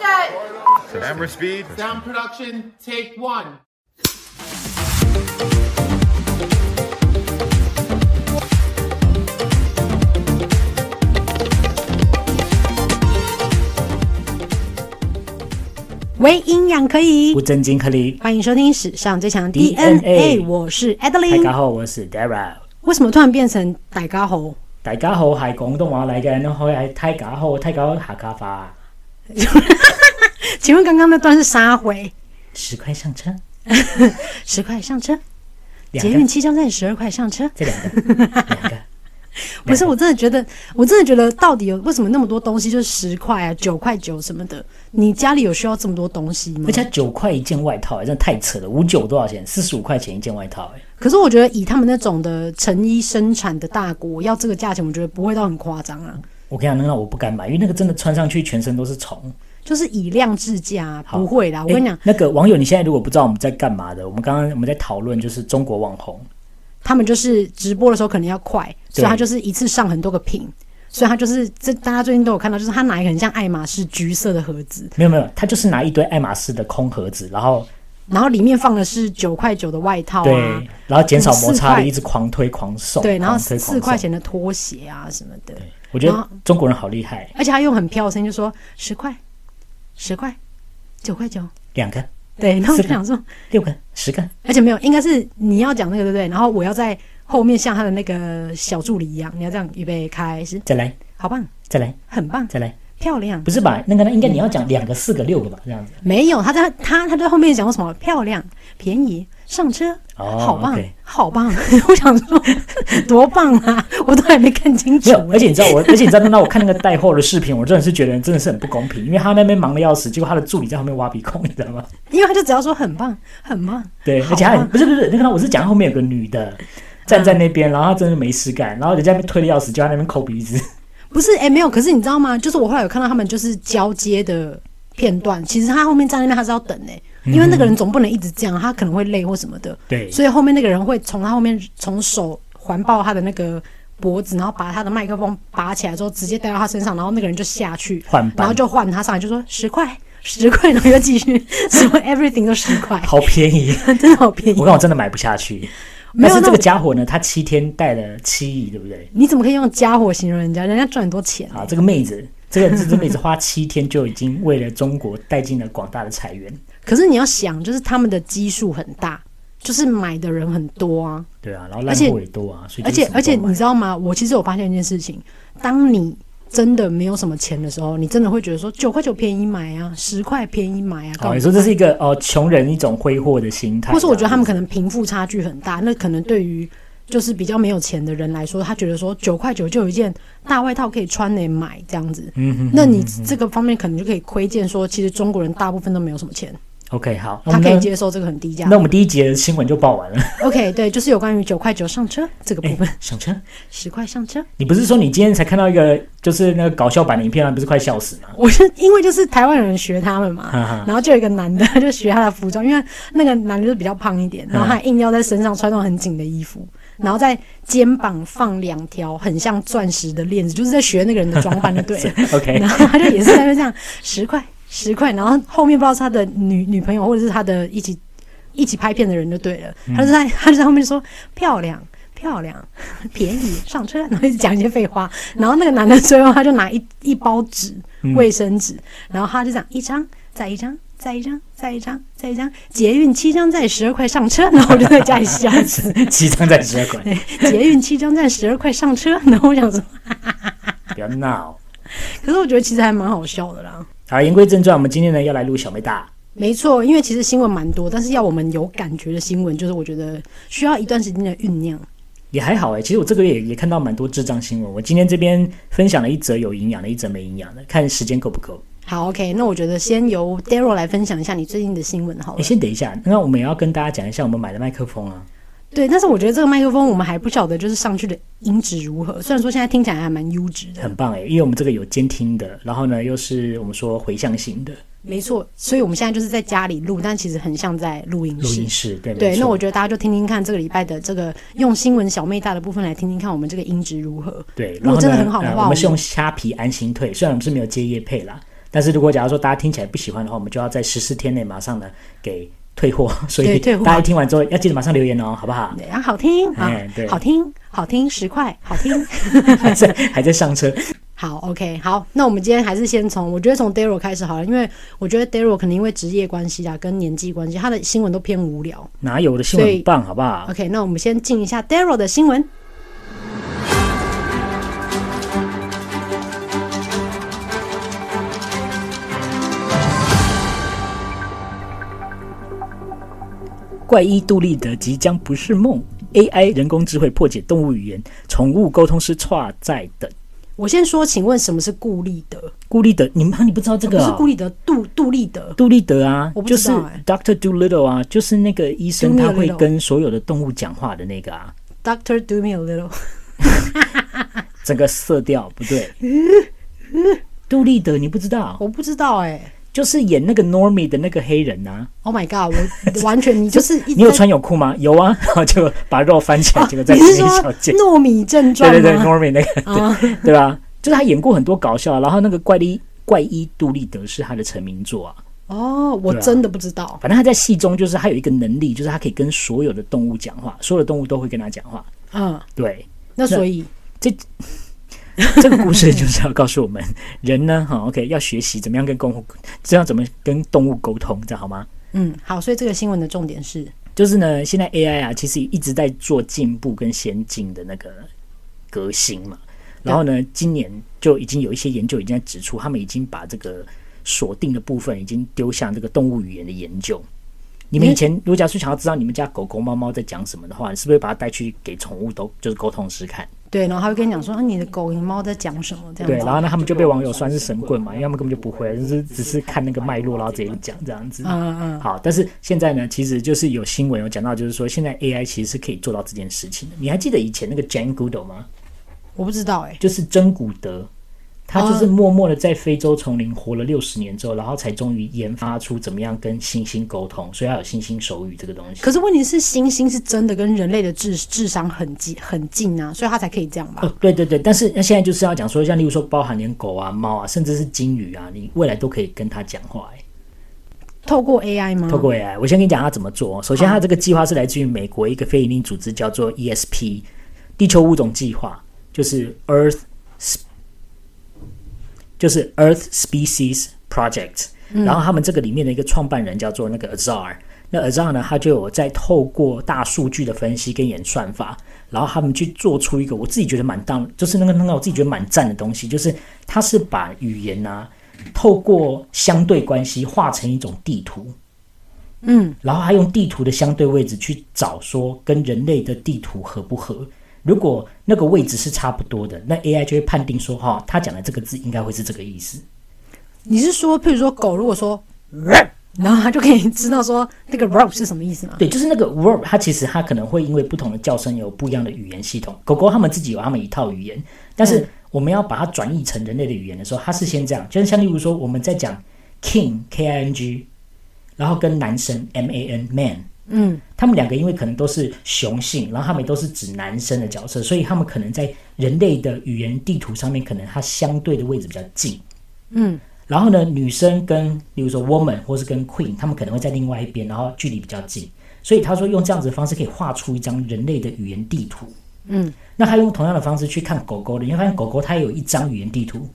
cut. Amber Speed. Sound production, take one. 为营养可以不，正经颗粒。欢迎收听史上最强 DNA DNA，我是大 Adeline 家。好，我是 Dara。为什么突然变成大家好？大家好係廣東話嚟嘅，你可以係大家好，大家好客家話。请问刚刚那段是啥回？十塊上車，十块上车，兩捷运個，七张站十二块上车。這兩個，兩 個。不是，我真的觉得，我真的觉得，到底有为什么那么多东西就是十块啊、九块九什么的？你家里有需要这么多东西吗而？且九塊一件外套，哎真的太扯了。五九多少钱？四十五塊錢一件外套，哎，可是我觉得以他们那种的成衣生产的大国，要这个价钱，我觉得不会到很夸张啊。我跟你講，那我不敢買，因為那個真的穿上去全身都是蟲。就是以量制价啊、好不会啦。我跟你讲欸，那个网友，你现在如果不知道我们在干嘛的，我们刚刚我们在讨论就是中国网红，他们就是直播的时候可能要快，所以他就是一次上很多个屏，所以他就是这大家最近都有看到，就是他拿一个很像爱马仕橘色的盒子，没有没有，他就是拿一堆爱马仕的空盒子，然后然后里面放的是九块九的外套对啊，，然后减少摩4擦块力，一直狂推狂送，对，然后狂推狂四送块。钱的拖鞋啊什么的，我觉然得后中国人好厉害，而且他用很飘的声音就说十块，十块，九块九，两个、对，然后我是就的想说，六个、十个，而且没有，应该是你要讲那个对不对？然后我要在后面像他的那个小助理一样，你要这样预备开始，再来，好棒，再来，很棒，再来，漂亮不。是吧？那个应该你要讲两个、四个、六个吧，这样子。没有，他在他他在后面讲什么漂亮、便宜、上车，哦好棒 OK 好棒！ 我想说多棒啊，我都还没看清楚没。有，而且你知道我， 而且你知道，那我看那个带货的视频，我真的是觉得真的是很不公平，因为他那边忙的要死，结果他的助理在后面挖鼻孔，你知道吗？因为他就只要说很棒，很棒，对，好而且他很棒不是不是，那个我是讲后面有个女的站在那边，然后她真的没事干，然后人家被推的要死，就在那边抠鼻子。 不是哎、诶没有。可是你知道吗？就是我后来有看到他们就是交接的片段，其实他后面站那边他是要等哎、因为那个人总不能一直这样，他可能会累或什么的。嗯对所以后面那个人会从他后面从手环抱他的那个脖子，然后把他的麦克风拔起来之后，直接带到他身上，然后那个人就下去换班然后就换他上来，就说十块。十块，然后又继续什么 everything 都十块，好便宜， 真的好便宜我。看我真的买不下去。没有但是那这个我家伙呢，他七天带了七亿，对不对？你怎么可以用家伙形容人家？人家赚很多钱啊啊，这个妹子，这个这这妹子花七天就已经为了中国带进了广大的财源，可是你要想，就是他们的基数很大，就是买的人很多啊。对啊，然后烂而且货也多啊，所以而就且是什么而且都买你知道吗？我其实有发现一件事情，当你真的没有什么钱的时候，你真的会觉得说九块九便宜买啊，十块便宜买啊。干好，嘛你说这是一个哦穷人一种挥霍的心态，或是我觉得他们可能能贫富差距很大，那可能对于就是比较没有钱的人来说，他觉得说九块九就有一件大外套可以穿呢、买这样子。嗯哼那你这个方面可能就可以窥见说，其实中国人大部分都没有什么钱， OK 好，那他我可以们接受这个很低价那。我们第一节的新闻就 报完了。 OK，对，就是有关于九块九上车这个部哎分，，小车，十块上车。你不是说你今天才看到一个就是那个搞笑版的影片啊，不是快笑死吗？我是因为就是台湾人学他们嘛，哈哈然后就有一个男的 就学他的服装，因为那个男的就比较胖一点，然后他硬要在身上穿那种很紧的衣服，然后在肩膀放两条很像钻石的链子，就是在学那个人的装扮，就 对了。 OK 然后他就也是在 那边这样十块十块，然后后面不知道是他的女女朋友或者是他的一起一起拍片的人就对了，他就在 他就在后面说漂亮。漂亮，便宜，上车，然后一直讲一些废话。然后那个男的最后他就拿一一包纸，卫生纸，然后他就这样一张，再一张，再一张，再一张，再一张，捷运七张站十二块上车，然后我就在家里笑死。哎七张在十二块，捷运七张站十二块上车，然后我想说，不要闹。可是我觉得其实还蛮好笑的啦。好，言归正传，我们今天呢要来录小妹大。没错，因为其实新闻蛮多，但是要我们有感觉的新闻，就是我觉得需要一段时间的酝酿。也还好哎、其实我这个月也也看到蛮多智障新闻。我今天这边分享了一则有营养的，一则没营养的，看时间够不够。好，OK，那我觉得先由 Daryl 来分享一下你最近的新闻好你了。先等一下，那我们也要跟大家讲一下我们买的麦克风啊。对，但是我觉得这个麦克风我们还不晓得就是上去的音质如何，虽然说现在听起来还蛮优质的，很棒哎、因为我们这个有监听的，然后呢又是我们说回向型的没错，所以我们现在就是在家里录，但其实很像在录音录室音。室，对没对，错那我觉得大家就听听看这个礼拜的这个用新闻小妹大的部分来听听看我们这个音质如何。对，如然果后真呢，的很好的呃话，我我们们是用虾皮安心退，虽然我们是没有接业配啦，但是如果假如说大家听起来不喜欢的话，我们就要在十四天内马上呢给退货。 所以对退货大家听完之后要记得马上留言哦，好不 好？对，然后好听啊哎对，好听，好听，十块，好听。还在还在上车，好，OK，好，那我们今天还是先从，我觉得从 Daryl 开始好了，因为我觉得 Daryl 可能因为职业关系啊，跟年纪关系，他的新闻都偏无聊。哪有我的新闻所以很棒，好不好？ OK，那我们先进一下 Daryl 的新闻。怪医杜立德即将不是梦，AI 人工智慧破解动物语言，宠物沟通师跨在等。我先说，请问什么是顾立德？顾立德，你们你不知道这不个、是啊？顾立德，杜杜立德。杜立德啊我，不就知是道欸 Doctor Dolittle 啊，就是那个医生， Doolittle 他会跟所有的动物讲话的那个啊， Doctor Do me a little。 整个色调 不对。杜立德，你不知道，我不知道哎、就是演那个 Normie 的那个黑人啊。 Oh my god！我 完全你就是一直你有在穿泳裤吗？有啊， 然后就把肉翻起来，啊结果在你里面是一说小件。糯米症状对吗？对对，Normie 那个，啊，对对吧？就是他演过很多搞笑，然后那个怪医怪医杜立德是他的成名作啊。哦，我对啊真的不知道。反正他在戏中就是他有一个能力，就是他可以跟所有的动物讲话，所有的动物都会跟他讲话。嗯，对，那所以这个故事就是要告诉我们，人呢，哈，OK，要学习怎么样跟动物，知道怎么跟动物沟通，这样好吗？嗯，好，所以这个新闻的重点是就是呢，现在 AI 啊，其实一直在做进步跟先进的那个革新嘛。然后呢，今年就已经有一些研究已经在指出，他们已经把这个锁定的部分已经丢向这个动物语言的研究。你们以前如果假如说想要知道你们家狗狗、猫猫在讲什么的话，你是不是把它带去给宠物都就是沟通师看？对，然后他会跟你讲说，啊，你的狗、你的猫在讲什么这对，样子。然后呢，他们就被网友酸是神棍嘛，因为他们根本就不会，就是只是看那个脉络，然后直接讲这样子。嗯嗯，好，但是现在呢，其实就是有新闻有讲到，就是说现在 AI 其实是可以做到这件事情的。你还记得以前那个 Jane Goodall 吗？我不知道哎、就是真古德，他哦就是默默的在非洲丛林活了六十年之后，然后才终于研发出怎么样跟猩猩沟通，所以要有猩猩手语这个东西。可是问题是，猩猩是真的跟人类的智智商很近很近啊，所以他才可以这样吧？哦，对对对，但是那现在就是要讲说，像例如说，包含连狗啊、猫啊，甚至是金鱼啊，你未来都可以跟它讲话、欸。透过 AI 吗？透过 AI，我先跟你讲它怎么做哦。首先，它这个计划是来自于美国一个非营利组织，叫做 ESP 地球物种计划，就是 Earth，Sp- 就是 Earth Species Project。然后他们这个里面的一个创办人叫做那个 Azar，那 Azar 呢，他就有在透过大数据的分析跟演算法，然后他们去做出一个我自己觉得蛮当，就是那个那个我自己觉得蛮赞的东西，就是它是把语言啊透过相对关系画成一种地图。然后他用地图的相对位置去找说跟人类的地图合不合。如果那个位置是差不多的，那 AI 就会判定说，哈、他讲的这个字应该会是这个意思。你是说，譬如说狗如果说，然后他就可以知道说那个 rope 是什么意思吗？对，就是那个 verb，它其实它可能会因为不同的叫声有不一样的语言系统。狗狗它们自己有它们一套语言，但是我们要把它转译成人类的语言的时候，它是先这样，就是像例如说我们在讲 king k i n g，然后跟男生 m a n man，嗯，他们两个因为可能都是雄性，然后他们都是指男生的角色，所以他们可能在人类的语言地图上面，可能它相对的位置比较近。然后呢，女生跟比如说 woman 或是跟 queen，他们可能会在另外一边，然后距离比较近。所以他说用这样子的方式可以画出一张人类的语言地图。嗯，那他用同样的方式去看狗狗的，你会发现狗狗它也有一张语言地图。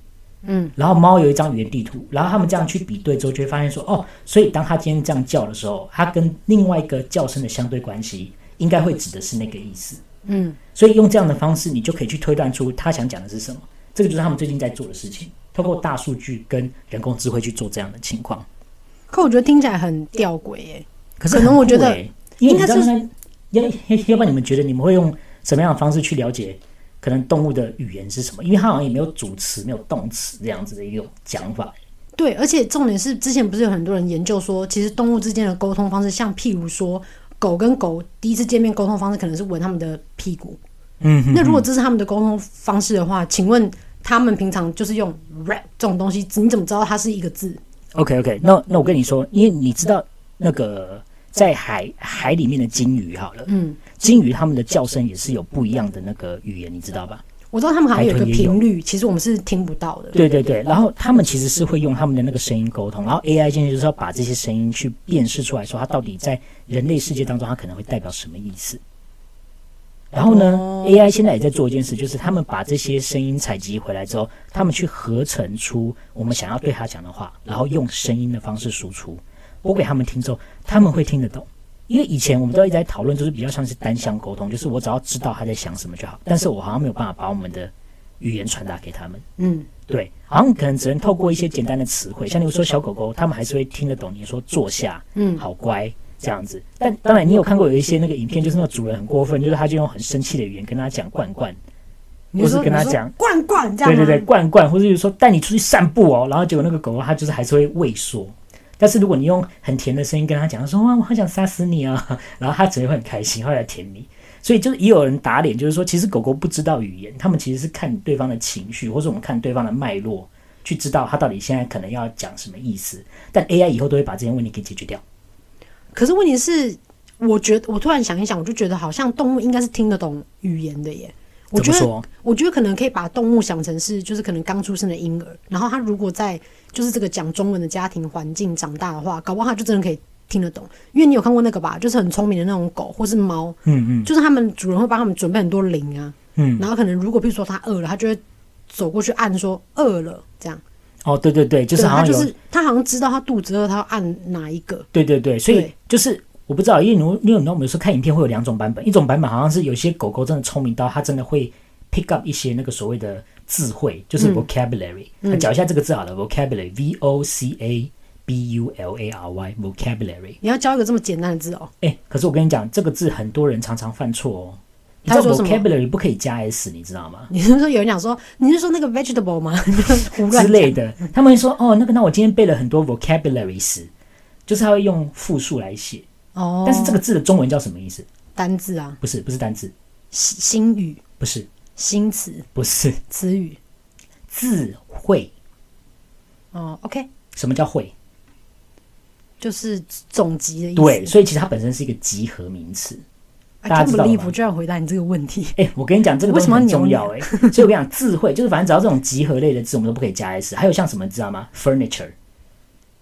嗯，然后猫有一张语言地图，然后他们这样去比对之后，就会发现说，哦，所以当它今天这样叫的时候，它跟另外一个叫声的相对关系，应该会指的是那个意思。嗯，所以用这样的方式，你就可以去推断出他想讲的是什么。这个就是他们最近在做的事情，透过大数据跟人工智慧去做这样的情况。可我觉得听起来很吊诡耶、可是可能很我酷觉得欸因为应你该知是道那要要要不然你们觉得你们会用什么样的方式去了解可能动物的语言是什么？因为它好像也没有主词，没有动词这样子的一种讲法。对，而且重点是，之前不是有很多人研究说，其实动物之间的沟通方式，像譬如说，狗跟狗第一次见面沟通方式可能是闻它们的屁股。嗯，那如果这是他们的沟通方式的话，请问他们平常就是用 rap 这种东西，你怎么知道它是一个字？ OK OK，那那我跟你说，因为你知道那个在海海里面的鲸鱼好了，嗯，鲸鱼它们的叫声也是有不一样的那个语言，你知道吧？我知道他们好像有一个海豚也有频率，其实我们是听不到的。对对对，然后他们其实是会用他们的那个声音沟通，然后 AI 现在就是要把这些声音去辨识出来，说它到底在人类世界当中它可能会代表什么意思。然后呢、a i 现在也在做一件事，就是他们把这些声音采集回来之后，他们去合成出我们想要对他讲的话，然后用声音的方式输出，播给他们听之后，他们会听得懂。因为以前我们都一直在讨论，就是比较像是单向沟通，就是我只要知道他在想什么就好，但是我好像没有办法把我们的语言传达给他们。嗯，对，好像可能只能透过一些简单的词汇，像例如说小狗狗，他们还是会听得懂你说坐下，嗯，好乖这样子。但当然，你有看过有一些那个影片，就是那个主人很过分，就是他就用很生气的语言跟他讲罐罐，你或说是跟他你说讲罐罐这样对吗？对对，罐罐，或者是说带你出去散步哦，然后结果那个狗狗它就是还是会畏缩。但是如果你用很甜的声音跟它讲，它说哇，我好想杀死你啊， 然后它只会很开心，会来舔你。所以就是也有人打脸，就是说其实狗狗不知道语言，他们其实是看对方的情绪，或是我们看对方的脉络，去知道它到底现在可能要讲什么意思。但 AI 以后都会把这些问题给解决掉。可是问题是，我觉得我突然想一想，我就觉得好像动物应该是听得懂语言的耶。我觉怎得么说，我觉得可能可以把动物想成是，就是可能刚出生的婴儿，然后他如果在就是这个讲中文的家庭环境长大的话，搞不好他就真的可以听得懂。因为你有看过那个吧，就是很聪明的那种狗或是猫，嗯嗯就是他们主人会帮他们准备很多零啊，嗯，然后可能如果譬如说它饿了，它就会走过去按说饿了这样，哦对对对，就是对好它像有就是它好像知道它肚子饿，它要按哪一个，对对对，所以对就是我不知道，因为你会因为你知道我们有时候看影片会有两种版本，一种版本好像是有些狗狗真的聪明到它真的会 pick up 一些那个所谓的智慧，就是嗯 vocabulary，那讲、一下这个字好了，vocabulary，v o c a b u l a r y，vocabulary。你要教一个这么简单的字哦，哎、可是我跟你讲，这个字很多人常常犯错哦。你他知道说什么 vocabulary 不可以加 s，你知道吗？ 你是说有人讲说，你是说那个 vegetable 吗？ 胡乱之类的，他们会说哦，那个，那我今天背了很多 vocabularies，就是他会用复数来写，哦，但是这个字的中文叫什么意思？单字啊，不是，不是单字，新新语、不是，新词、不是 词语智慧。哦，OK，什么叫慧？就是总集的意思。对，所以其实它本身是一一个集合名词。哎，大家看知不道离吗谱，居然回答你这个问题。 哎、我跟你讲，这个东为西什么很要重扭要哎、 所以我跟你讲，智慧就是反正只要这种集合类的字，我们都不可以加 s。还有像什么，你知道吗？furniture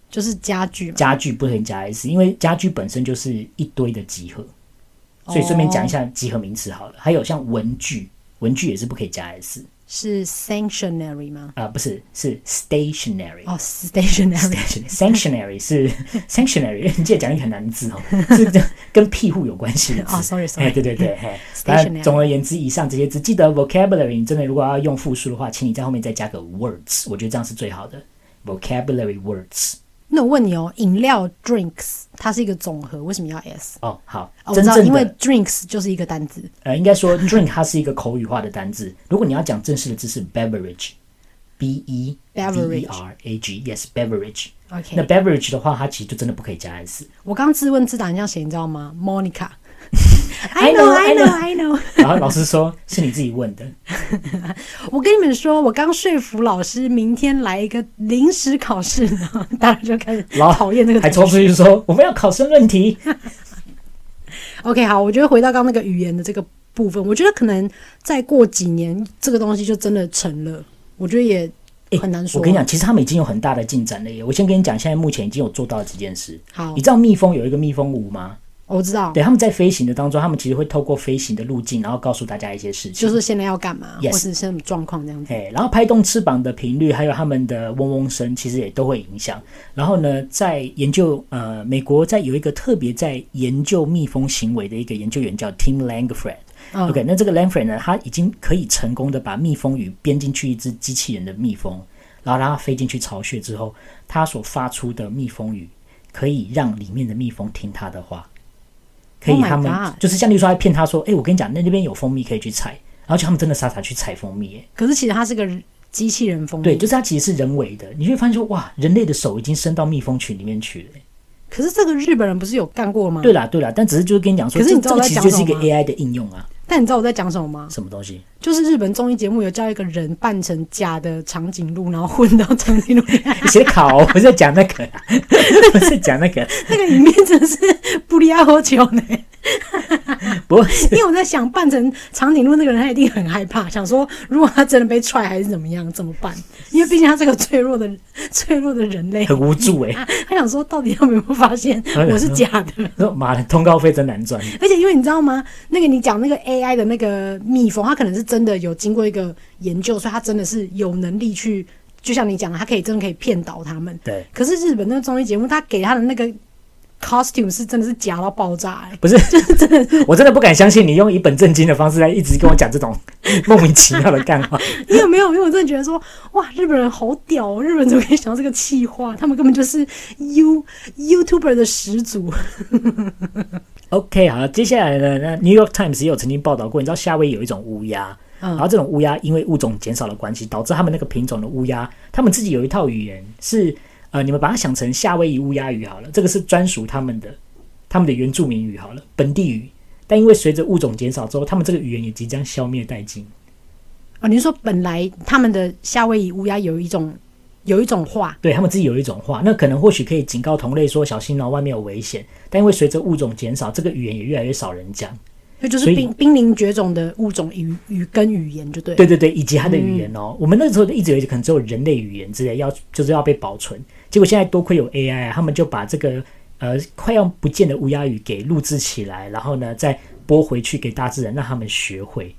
就是家具嘛，家具不可以加 s，因为家具本身就是一堆的集合。所以顺便讲一下集合名词好了。还有像文具，文具也是不可以加 s 是 sanctionary 吗？啊、不是，是 stationary。哦，stationary， Sanctionary 是 sanctionary，你记 得讲一个很难的字哦，是 这样跟庇护有关系的字。哦，sorry，sorry 哎对对对， 嘿 Stationary 反正总而言之，以上这些字，记得 vocabulary，你真的如果要用复数的话，请你在后面再加个 words，我觉得这样是最好的 vocabulary words。那我问你哦，饮料 drinks 它是一个总和，为什么要 s？哦，好，哦，我真知道，正因为的 drinks 就是一个单字。呃，应该说 drink 它是一个口语化的单字。如果你要讲正式的字是 beverage，b e v e Beverage r a g，yes beverage。 OK 那 beverage 的话，它其实就真的不可以加 s。我刚刚自问自答，你这样写，你知道吗？Monica。 I I know, know, I I know. know, I know。然后老师说是你自己问的。我跟你们说，我刚说服老师明天来一个临时考试，然后 大家就开始然后讨厌那个还同学冲出去说我们要考申 论题。 OK，好，我觉得回到刚刚那个语言的这个部分，我觉得可能再过几年，这个东西就真的成了，我觉得也很难说。我跟你讲，，其实他们已经有很大的进展了耶。我先跟你讲，现在目前已经有做到几件事。好你知道蜜蜂有一个蜜蜂舞吗？我知道，对，他们在飞行的当中，他们其实会透过飞行的路径，然后告诉大家一些事情。就是现在要干嘛 Yes 或是什么状况这样子。哎，然后拍动翅膀的频率，还有它们的嗡嗡声，其实也都会影响。然后呢，在研究呃，美国在有一个特别在研究蜜蜂行为的一个研究员叫 Tim Langford。嗯 OK，那这个 Langford 呢，他已经可以成功的把蜜蜂羽编进去一只机器人的蜜蜂，然后让它飞进去巢穴之后，它所发出的蜜蜂羽可以让里面的蜜蜂听它的话，可以 Oh my 他们、 God 就是像例如说，他骗他说，哎、我跟你讲，那那边有蜂蜜可以去采，然后就他们真的傻傻去采蜂蜜、哎可是其实它是个机器人风，对，就是它其实是人为的，你就会发现说，哇，人类的手已经伸到蜜蜂群里面去了。可是这个日本人不是有干过吗？对。啦，对啦，但只是就是跟你讲说，可是这你知这道个我在其实讲就是一什个么吗 AI 的应用啊，但你知道我在讲什么吗？什么东西？ 就是日本综艺节目有叫一个人扮成假的长颈鹿，然后混到长颈鹿里来，写考，我不是讲那个 啦，不是讲那个，那个影片真的是不利亚火球 呢。不是因为我在想，扮成长颈鹿那个人，他一定很害怕，想说如果他真的被踹还是怎么样，怎么办？因为毕竟他是个脆弱的、脆弱的人类，啊很无哎助哎、他想说到底有没有发现我是假的？说妈的，通告费真难赚。而且因为你知道吗？那个你讲那个 AI 的那个蜜蜂，它可能是真的有经过一个研究，所以它真的是有能力去，就像你讲的，它可以真的可以骗倒他们。对，可是日本那个综艺节目，他给他的那个 costume 是真的是假到爆炸、欸，不是， 我真的不敢相信你用一本正经的方式来一直跟我讲这种莫名其妙的干话。你有没有？因为我真的觉得说，哇，日本人好屌、哦，日本人怎么可以想到这个气话？他们根本就是 You YouTuber 的始祖。 OK，好，接下来呢，那 New York Times 也有曾经报道过，你知道夏威夷有一种乌鸦，嗯然后这种乌鸦因为物种减少的关系，导致他们那个品种的乌鸦，他们自己有一套语言是呃，你们把它想成夏威夷乌鸦语好了，这个是专属他们的，他们的原住民语好了，本地语。但因为随着物种减少之后，他们这个语言也即将消灭殆尽。哦，你是说本来他们的夏威夷乌鸦有一种有一种话，对他们自己有一种话，那可能或许可以警告同类说小心哦，外面有危险。但因为随着物种减少，这个语言也越来越少人讲。那就是所以濒濒临绝种的物种语语跟语言，就对。对。对对，以及它的语言哦，我们那时候一直以为可能只有人类语言之类要就是要被保存，结果现在多亏有 AI，啊，他们就把这个呃快要不见的乌鸦语给录制起来，然后呢再播回去给大自然，让他们学会。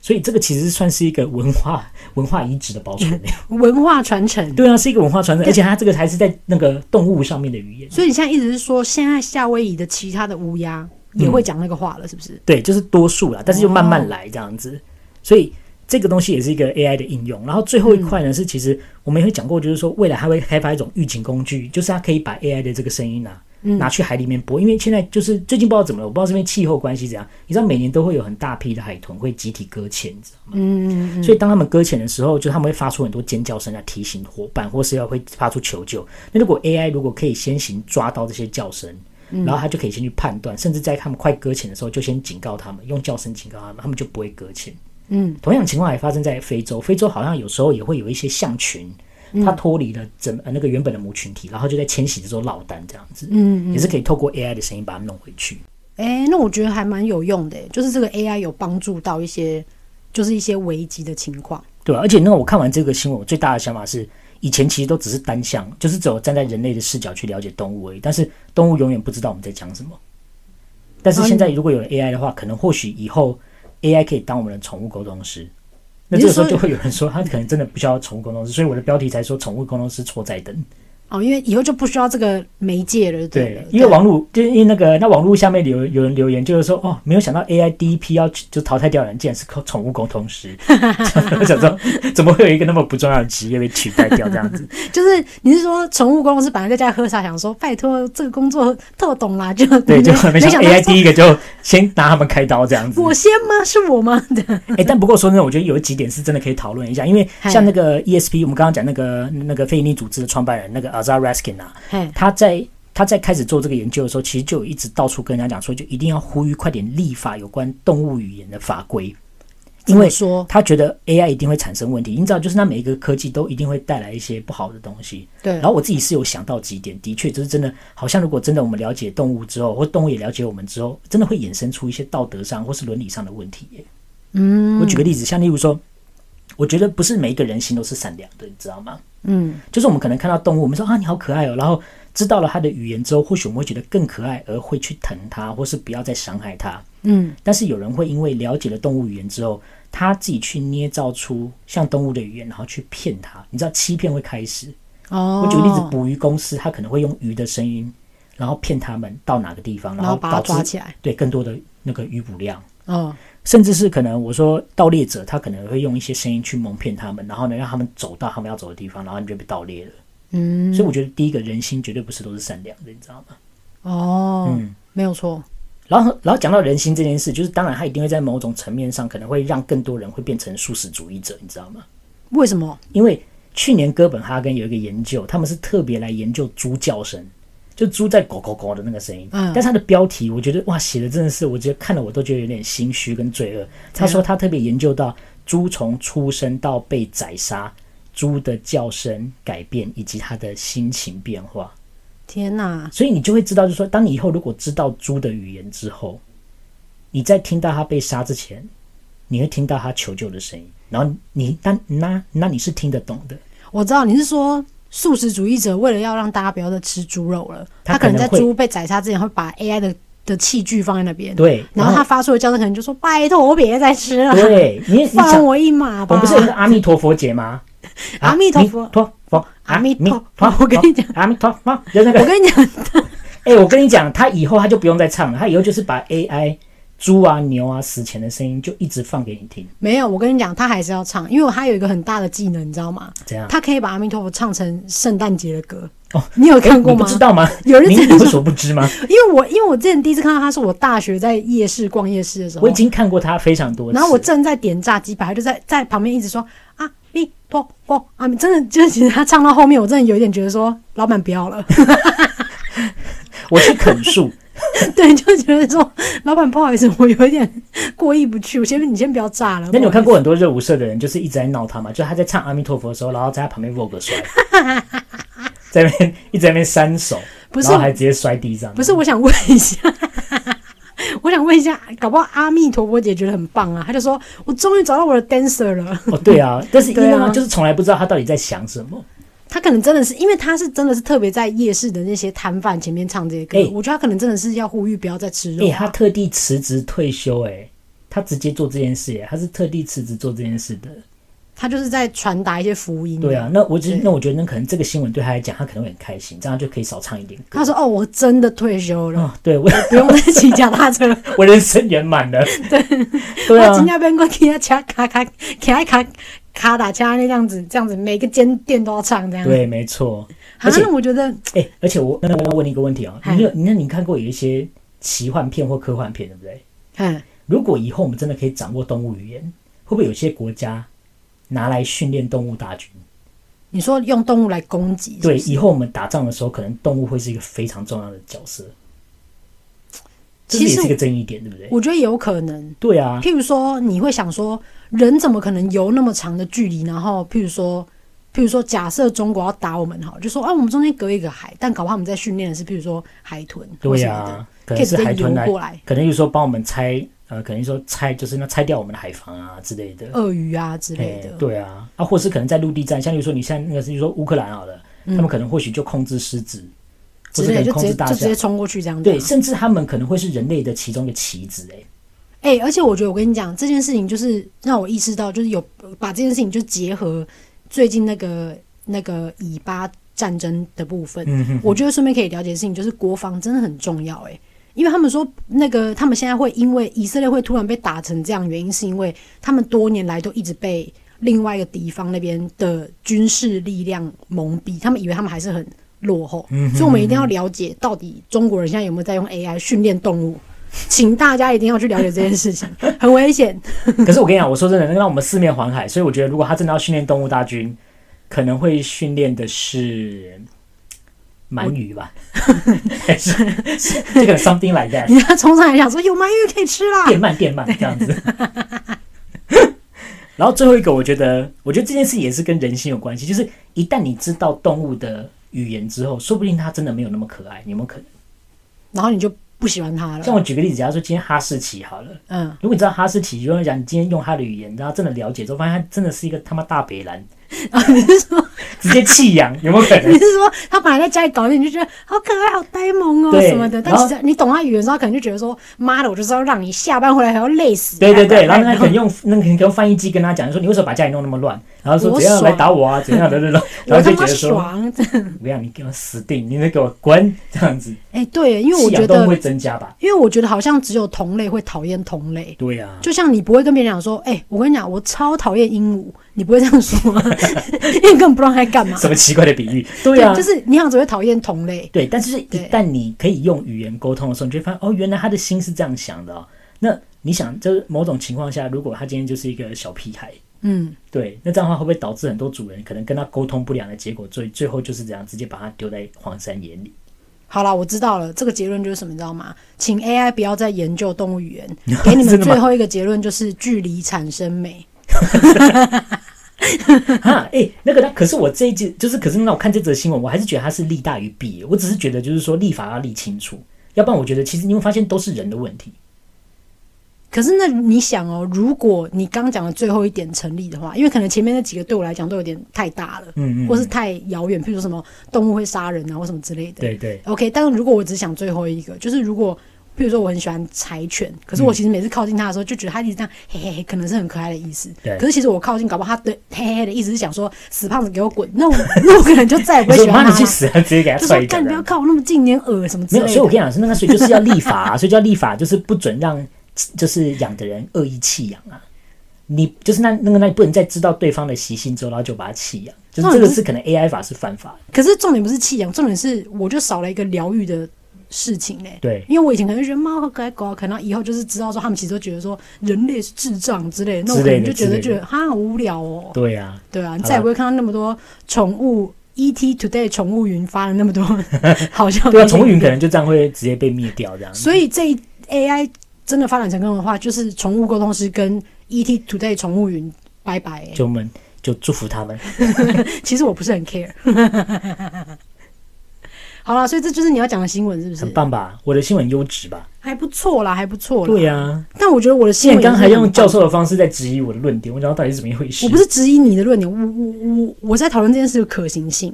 所以这个其实算是一个文化文化遗址的保存。文化传承。对啊，是一个文化传承，而且它这个还是在那个动物上面的语言。所以你现在一直是说，现在夏威夷的其他的乌鸦也会讲那个话了，是不是？对，就是多数啦，但是就慢慢来这样子。所以这个东西也是一个 AI 的应用。然后最后一块呢、是，其实我们也会讲过，就是说未来它会开发一种预警工具，就是它可以把 AI 的这个声音啊。拿去海里面播，因为现在就是最近不知道怎么了，我不知道是因为气候关系怎样，你知道每年都会有很大批的海豚会集体搁浅，你知道吗？嗯，所以当他们搁浅的时候，就他们会发出很多尖叫声来提醒伙伴，或是要会发出求救。那如果 AI 如果可以先行抓到这些叫声，然后它就可以先去判断，甚至在他们快搁浅的时候就先警告他们，用叫声警告他们，他们就不会搁浅。嗯，同样情况还发生在非洲，非洲好像有时候也会有一些象群。它脱离了整呃那个原本的母群体，然后就在迁徙的时候落单这样子，嗯，也是可以透过 AI 的声音把它们弄回去。哎、那我觉得还蛮有用的，就是这个 AI 有帮助到一些，就是一些危机的情况。对啊、而且那我看完这个新闻，我最大的想法是，以前其实都只是单向，就是只有站在人类的视角去了解动物而已，但是动物永远不知道我们在讲什么。但是现嗯在如果有了 AI 的话，可能或许以后 AI 可以当我们的宠物沟通师。那你这是个时候说就会有人说，他可能真的不需要宠物沟通师，所以我的标题才说“宠物沟通师错在灯哦，因为以后就不需要这个媒介了，”。对对了，，因为网络就是因为那个那网络下面有有人留言，就是说哦，没有想到 AI 第一批要就淘汰掉的人，竟然是宠物沟通师。 我想说，怎么会有一个那么不重要的职业被取代掉这样 子？就是你是说宠物公司本来在家喝茶，想说拜托这个工作特懂啦，就对，就没没想想到到 AI 说第一个就先拿他们开刀这样子。我先吗？是我吗？ 哎、但不过说真的，我觉得有几点是真的可以讨论一下，因为嗨像那个 E ESP，我们刚刚讲那个那个非营利组织的创办人那个 Azar Raskin 啊，嘿，他在他在开始做这个研究的时候，其实就有一直到处跟人家讲说，就一定要呼吁快点立法有关动物语言的法规，因怎么为说他觉得 AI 一定会产生问题。你知道，就是那每一个科技都一定会带来一些不好的东西。对然，后我自己是有想到几点，的确就是真的，好像如果真的我们了解动物之后，或动物也了解我们之后，真的会衍生出一些道德上或是伦理上的问题耶。嗯，我举个例子，像例如说，我觉得不是每一个人心都是善良的，你知道吗？嗯，就是我们可能看到动物，我们说啊你好可爱哦，然后知道了它的语言之后，或许我们会觉得更可爱，而会去疼它，或是不要再伤害它。嗯，但是有人会因为了解了动物语言之后，他自己去捏造出像动物的语言，然后去骗它。你知道欺骗会开始，哦，我举个例子，捕鱼公司它可能会用鱼的声音，然后骗他们到哪个地方，然后后把它导致抓起来，对更多的那个鱼捕量，哦，甚至是可能我说盗猎者，他可能会用一些声音去蒙骗他们，然后呢让他们走到他们要走的地方，然后你就被盗猎了。嗯，所以我觉得第一个人心绝对不是都是善良的，你知道吗？哦，嗯没有错，然后，然后讲到人心这件事，就是当然他一定会在某种层面上可能会让更多人会变成素食主义者，你知道吗？为什么？因为去年哥本哈根有一个研究，他们是特别来研究猪叫声，就猪在狗狗狗的那个声音。嗯但是它的标题，我觉得哇，写的真的是，我觉得看了我都觉得有点心虚跟罪恶。他说他特别研究到猪从出生到被宰杀，猪的叫声改变以及它的心情变化。天哪，所以你就会知道，就是说，当你以后如果知道猪的语言之后，你在听到它被杀之前，你会听到它求救的声音，然后你那那那你是听得懂的，我知道你是说素食主义者为了要让大家不要再吃猪肉了，他他可能可在能会猪被宰杀之前会把 AI 的的器具放在那边，对然然后后他发出的叫声可能就说：“拜托，别再吃 了，对你你放想，我我一马吧。”们不是有一个阿弥陀佛节吗？ 阿弥陀佛阿弥陀佛，阿弥陀佛阿弥我跟你讲阿弥陀佛，就是那个我跟你讲，哎、我跟你讲，他以后他就不用再唱了，他以后就是把 AI 猪啊、牛啊死前的声音就一直放给你听，没有，我跟你讲，他还是要唱，因为他有一个很大的技能，你知道吗？怎样？他可以把阿弥陀佛唱成圣诞节的歌。哦你有看过你不吗？知道吗？有人你这样有说所不 知吗？因为我因为我之前第一次看到他是我大学在夜市逛夜市的时候，我已经看过他非常多次。然后我正在点炸鸡排，他就在在啊旁边一直说阿弥陀佛啊，真的就是其实他唱到后面，我真的有一点觉得说老板不 要了，我去啃 树，对，就觉得说老板不好意思，我有一点过意不去，我先你先不要炸了。那你有看不好过很多热舞社的人，就是一直在闹他嘛？就是他在唱阿弥陀佛的时候，然后在他旁边 vogue 摔，在那边一直在那边扇手，不是然后还直接摔地上。意思？不是，我想问一下。 我想问一下，搞不好阿弥陀佛姐觉得很棒啊，她就说：“我终于找到我的 dancer 了。哦，对 啊，但是因为对啊就是从来不知道他到底在想什么。”她可能真的是，因为她是真的是特别在夜市的那些摊贩前面唱这些歌，哎我觉得她可能真的是要呼吁不要再吃哎、肉、他啊。特地辞职退休、哎，他直接做这件事、哎，他是特地辞职做这件事的。她就是在传达一些福音。对啊，那我只嗯对那我觉得那可能这个新闻对他来讲，他可能会很开心，这样他就可以少唱一点歌。他说：“哦，我真的退休了，哦， 对我不用再骑脚踏车。我人生圆 满了。对 我对啊今，天边过骑卡卡卡卡卡卡打卡那样子，这样子每个间店都要唱这样。对，没错。好，而且那我觉得哎、而且我那我要问你一个问题哦，嗨你有那你看过有一些奇幻片或科幻片，对不对？嗯，如果以后我们真的可以掌握动物语言，会不会有些国家拿来训练动物大军？你说用动物来攻击，是对，不是以后我们打仗的时候，可能动物会是一个非常重要的角色。这其也实是一个争议点，对不对？我觉得有可能。对啊，譬如说，你会想说，人怎么可能游那么长的距离？然后，譬如说，譬如说，假设中国要打我们，好，就说啊，我们中间隔一个海，但搞不好我们在训练的是，譬如说海豚或对什呀、么的，可可以能直是接海游豚来，过来，可能就是说帮我们拆，呃，可能说拆就是那拆掉我们的海防啊之类的。鳄鱼啊之类哎的。对啊，啊，或是可能在陆地战，像比如说你像那个，比如说乌克兰好了，他们可能或许就控制狮子，嗯之或是可类，能就直控制接大就直象接，冲过去这样子啊。对，甚至他们可能会是人类的其中的棋子，哎，哎、而且我觉得我跟你讲这件事情，就是让我意识到，就是有把这件事情就结合最近那个那个以巴战争的部分，嗯哼，我觉得顺便可以了解的事情，就是国防真的很重要、哎。因为他们说，那个他们现在会因为以色列会突然被打成这样，原因是因为他们多年来都一直被另外一个敌方那边的军事力量蒙蔽，他们以为他们还是很落后，嗯所以我们一定要了解到底中国人现在有没有在用 AI 训练动物，请大家一定要去了解这件事情， 很危险。 可是我跟你讲，我说真的，那个让我们四面环海，所以我觉得如果他真的要训练动物大军，可能会训练的是鳗鱼吧， 还是是这个 something like that，你要冲上来想说有鳗鱼可以吃啦，电鳗电鳗这样子。 然后最后一个，我觉得，我觉得这件事也是跟人性有关系，就是一旦你知道动物的语言之后，说不定它真的没有那么可爱，有没有可能？然后你就不喜欢它像了。我举个例子，假如说今天哈士奇好了。嗯， 如果你知道哈士奇，就会讲你今天用它的语言，然后真的了解之后，发现它真的是一个他妈大 北蓝，啊，你是说 直接弃养，有没有可你能？是说他本来在家里搞你，你就觉得好可爱、好呆萌哦对什么的，但然后其实你懂他语言之后，可能就觉得说，妈的，我就是要让你下班回来还要累死。对对对，然后那他可能用那个可能用翻译机跟他讲说，你为什么把家里弄那么乱？然后说我怎样爽来打我啊，怎样的那 种，然我他后就觉妈得说，爽！ 不要你给我死定，你得给我滚这样子，哎，对，因为我弃觉养动物得会，增加吧？因为我觉得好像只有同类会讨厌同类。对啊呀，就像你不会跟别人讲说，哎、我跟你讲，我超讨厌鹦鹉，你不会这样说、啊， 因为你根本不知道它在干嘛。什么奇怪的比 喻？对啊呀就，是你好像只会讨厌同类，对，但是一对旦你可以用语言沟通的时候，你就会发现哦，原来他的心是这样想的哦。那你想，就是某种情况下，如果他今天就是一个小屁孩，嗯，对，那这样的话会不会导致很多主人可能跟他沟通不良的结果，最最后就是这样直接把他丢在荒山 野里？好啦，我知道了，这个结论就是什么，你知道吗？请 AI 不要再研究动物语言，给你们真的吗最后一个结论就是距离产生美。哈，哎、那个呢？可是我这一季就是，可是那我看这则新闻，我还是觉得它是利大于弊。我只是觉得就是说立法要立清楚，要不然我觉得其实你会发现都是人的问题。可是那你想哦，如果你刚讲的最后一点成立的话，因为可能前面那几个对我来讲都有点太大了，嗯嗯嗯或是太遥远，譬如说什么动物会杀人啊，或什么之类的。对对， OK，但是如果我只想最后一个，就是如果譬如说我很喜欢柴犬，可是我其实每次靠近它的时候，就觉得它一直这样嘿嘿嘿，可能是很可爱的意思。对可是其实我靠近，搞不好它的嘿嘿嘿的意思是想说死胖子给我滚，那我那我可能就再也不会我说喜欢它妈，你去了。死啊！直接给他就踹一说脚干，这不要样。靠我那么近，你很恶什么之没类有，的。所以我跟你讲是那个，所以就是要立法、啊， 所以就要立法，就是不准让就是养的人恶意弃养啊。你就是那那个，那你不能在知道对方的习性之后，然后就把它弃养，就是这个是可能 AI 法是犯法的。可是重点不是弃养，重点是我就少了一个疗愈的事情嘞、对因为我以前可能就觉得猫好可爱，狗好可爱，然后以后就是知道说他们其实都觉得说人类是智障之类的，那我之可类能的就觉之得类的觉得哈好无聊哦。对啊，对啊，你好再也吧不会看到那么多宠物 ET Today 宠物云发了那么 多好笑的。对啊，宠物云可。能就这样会直接被灭掉这样。所以这一 AI 真的发展成功的话，就是宠物沟通师跟 ET Today 宠物云拜拜、欸。就我们就祝福他们。 其实我不是很 care。好啦，所以这就是你要讲的新闻，是不是？很棒吧？我的新闻优质吧？还不错啦，还不错啦。对呀、啊，但我觉得我的既新然闻刚才也是很用棒教，授的方式在质疑我的论点，我想到底是怎么一回事。我不是质疑你的论点，我我我我在讨论这件事的可行性。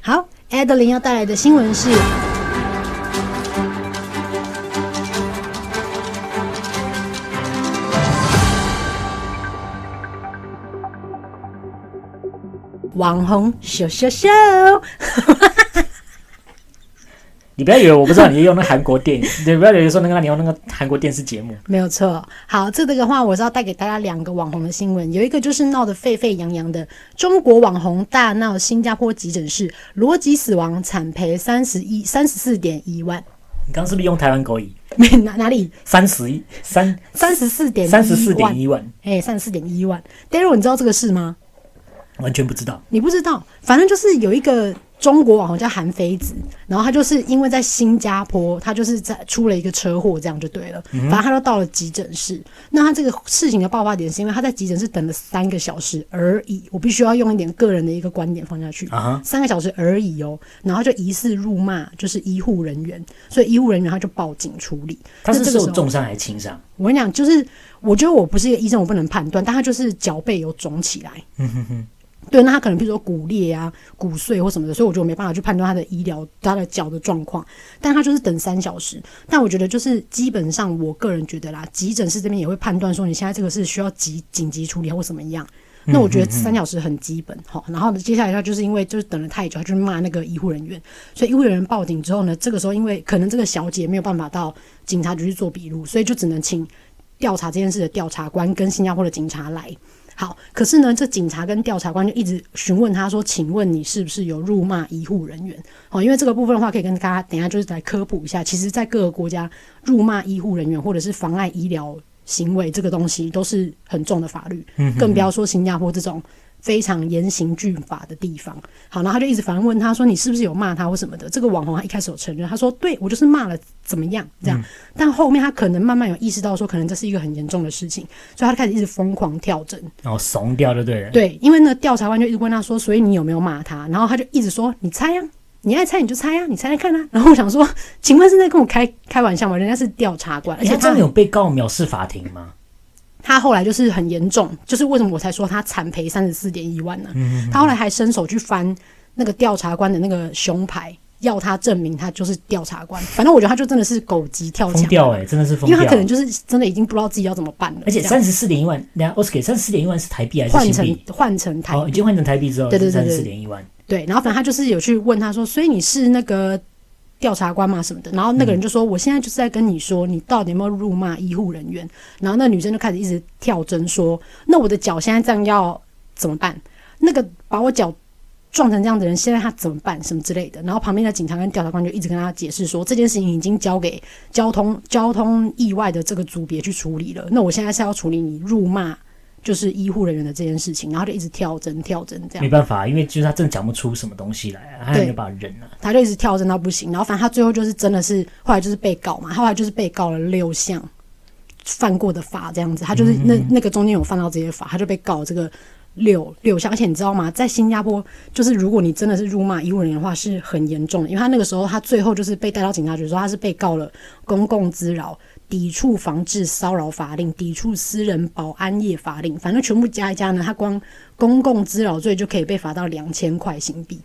好 a d e l i n 要带来的新闻是。网红秀秀秀，你不要以为我不知道你用那韩国电影，你不要以为说那个你用那个韩国电视节目。没有错。好，这个的话，我是要带给大家两个网红的新闻，有一个就是闹得沸沸扬扬的中国网红大闹新加坡急诊室，逻辑死亡，惨赔三十一三十四点一万， 你刚刚是不是用台湾口音？没哪哪里三十一三三十四点三十四点一一万，万，哎，三十四点一万。Daryl，你知道这个事吗？完全不知道。你不知道，反正就是有一个中国网红叫韩非子，然后他就是因为在新加坡，他就是在出了一个车祸，这样就对了。嗯反正他都到了急诊室。那他这个事情的爆发点是因为他在急诊室等了三个小时而已，我必须要用一点个人的一个观点放下去。啊哈三个小时而已哦，然后就疑似辱骂就是医护人员，所以医护人员他就报警处理。他那是这个受时候重伤还是轻伤？我跟你讲，就是我觉得我不是一个医生，我不能判断，但他就是脚背有肿起来。对，那他可能比如说骨裂啊、骨碎或什么的，所以我觉得我没办法去判断他的医疗、他的脚的状况。但他就是等三小时，但我觉得就是基本上，我个人觉得啦，急诊室这边也会判断说你现在这个是需要急紧急处理或怎么样。那我觉得三小时很基本，好、然后呢，接下来他就是因为就是等了太久，他就骂那个医护人员，所以医护人员报警之后呢，这个时候因为可能这个小姐没有办法到警察局去做笔录，所以就只能请调查这件事的调查官跟新加坡的警察来。好，可是呢，这警察跟调查官就一直询问他说：“请问你是不是有辱骂医护人员？”好，因为这个部分的话，可以跟大家等一下就是来科普一下。其实，在各个国家，辱骂医护人员或者是妨碍医疗行为这个东西，都是很重的法律，更不要说新加坡这种非常严刑峻法的地方。好，然后他就一直反问他说：“你是不是有骂他或什么的？”这个网红他一开始有承认，他说：“对我就是骂了，怎么样？”这样，但后面他可能慢慢有意识到说，可能这是一个很严重的事情，所以他就开始一直疯狂跳针。然后哦怂掉就对了。对，因为呢，调查官就一直问他说，所以你有没有骂他？然后他就一直说，你猜呀、你爱猜你就猜呀、你猜猜看啊。 然后我想说，请问是在跟我开开玩笑吗？人家是调查官，而而且且他真的哎有被告藐视法庭吗？他后来就是很严重，就是为什么我才说他惨赔三十四点一万呢？嗯他后来还伸手去翻那个调查官的那个胸牌，要他证明他就是调查官。反正我觉得他就真的是狗急跳疯墙，掉哎、真的是疯因为掉。他可能就是真的已经不知道自己要怎么办了。而且这样三十四点一万，那 Oscar 三十四点一万是台币还是换新成币？换成台哦，已经换成台币之后对是对对三十对四点一万。对，然后反正他就是有去问他说，所以你是那个调查官嘛什么的，然后那个人就说，我现在就是在跟你说，你到底有没有辱骂医护人员？然后那女生就开始一直跳针说，那我的脚现在这样要怎么办？那个把我脚撞成这样的人，现在他怎么办？什么之类的。然后旁边的警察跟调查官就一直跟他解释说，这件事情已经交给交通交通意外的这个组别去处理了。那我现在是要处理你辱骂。就是医护人员的这件事情，然后就一直跳针跳针这样没。办法，因为就是他真的讲不出什么东西来啊，他也对没有办法忍啊。他就一直跳针到不行，然后反正他最后就是真的是后来就是被告嘛，他后来就是被告了六项，犯过的法这样子，他就是那那个中间有犯到这些法，他就被告这个六六项。而且你知道吗，在新加坡，就是如果你真的是辱骂医务人员的话，是很严重的，因为他那个时候他最后就是被带到警察局说他是被告了公共滋扰。抵触防治骚扰法令、抵触私人保安业法令，反正全部加一加呢，他光公共滋扰罪就可以被罚到两千块新币。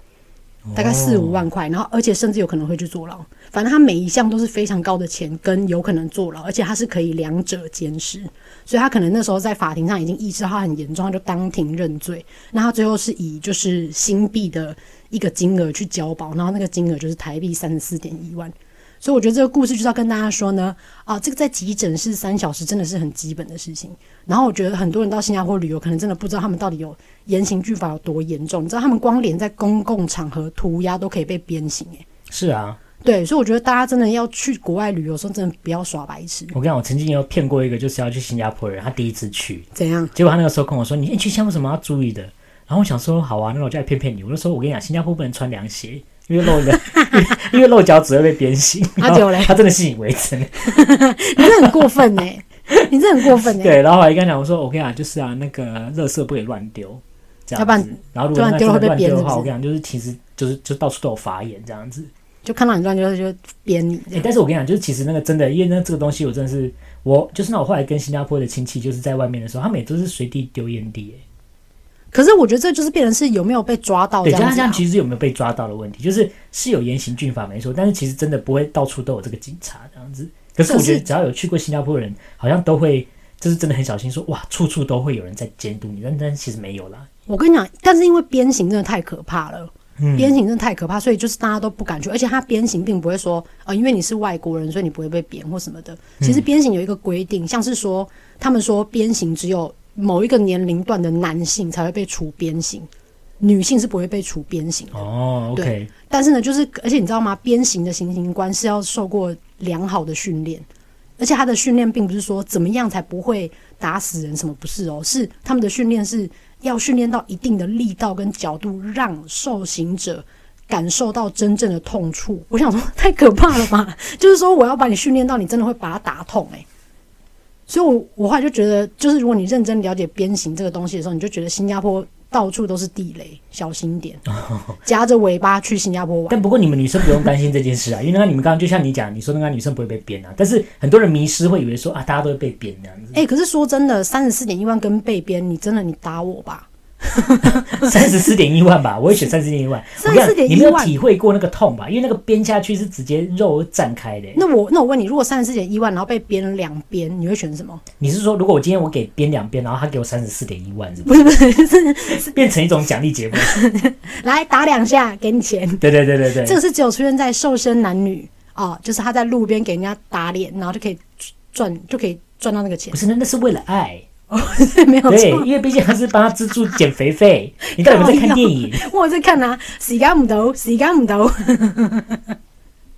大概四五万块，然后而且甚至有可能会去坐牢。反正他每一项都是非常高的钱，跟有可能坐牢，而且他是可以两者兼施。所以他可能那时候在法庭上已经意识到他很严重，他就当庭认罪。那他最后是以就是新币的一个金额去交保，然后那个金额就是台币三十四点一万。所以我觉得这个故事就是要跟大家说呢，啊，这个在急诊室三小时真的是很基本的事情。然后我觉得很多人到新加坡旅游，可能真的不知道他们到底有严刑峻法有多严重。你知道他们光连在公共场合涂鸦都可以被鞭刑、欸，是啊，对，所以我觉得大家真的要去国外旅游的时候，真的不要耍白痴。我跟你讲，我曾经有骗过一个就是要去新加坡的人，他第一次去， 怎样？结果他那个时候跟我说：“你一去新加坡什么要注意的？”然后我想说：“好啊，那我就来骗骗你。”我就说：“我跟你讲，新加坡不能穿凉鞋，因为露 的，因为露脚趾会被鞭刑。” 啊结果嘞他真的信以为真。你这很过分哎、 你这很过分哎、对，然后我还跟他讲，我说：“我跟你讲，就是啊，那个垃圾不可以乱丢，这要不样然子。然后如不果然那丢真了会的被乱扁丢的是话，不我跟你讲，就是其实就是就到处都有法眼这样子。就看到你乱就就扁你。欸，但是我跟你讲，就是其实那个真的，因为那这个东西，我真的是我就是那我后来跟新加坡的亲戚，就是在外面的时候，他们也都是随地丢烟蒂、欸。可是我觉得这就是变成是有没有被抓到这对，加样上子、哦这啊样，其实有没有被抓到的问题，就是是有严刑峻法没错，但是其实真的不会到处都有这个警察这样子。可是我觉可得是只要有去过新加坡的人，好像都会就是真的很小心说哇，处处都会有人在监督你，但但其实没有啦。我跟你讲，但是因为鞭刑真的太可怕了。嗯鞭刑真的太可怕，所以就是大家都不敢去，而且他鞭刑并不会说，呃，因为你是外国人，所以你不会被贬或什么的。其实鞭刑有一个规定，像是说他们说鞭刑只有某一个年龄段的男性才会被处鞭刑，女性是不会被处鞭刑的。哦，OK，但是呢，就是而且你知道吗？鞭刑的行刑官是要受过良好的训练，而且他的训练并不是说怎么样才不会打死人什么，不是哦，是他们的训练是要训练到一定的力道跟角度，让受刑者。感受到真正的痛处，我想说太可怕了吧？ 就是说我要把你训练到你真的会把它打痛诶、欸所以我，我后来就觉得，就是如果你认真了解鞭刑这个东西的时候，你就觉得新加坡到处都是地雷，小心点，夹着尾巴去新加坡玩。但不过你们女生不用担心这件事啊，因为 那个你们刚刚就像你讲，你说那个女生不会被编啊，但是很多人迷失会以为说啊，大家都会被编这 样子。哎、可是说真的，三十四点一万跟被编，你真的你打我吧？三十四点一万吧，我也选三十四点一万。我跟你34.1讲你没有万体会过那个痛吧？因为那个编下去是直接肉绽开的、欸那我那我问你，如果三十四点一万，然后被编了两边，你会选什么？你是说，如果我今天我给编两边，然后他给我三十四点一万，是不不是不是，是是变成一种奖励结果？来打两下给你钱。对对对对对，这个是只有出现在瘦身男女哦，就是他在路边给人家打脸，然后就可以赚就可以赚到那个钱不，是那那是为了爱， 没有对，错。啊因为毕竟他是帮他资助减肥 费。你到底有没有在看电影？我有在看啊，洗干唔头，洗干唔头。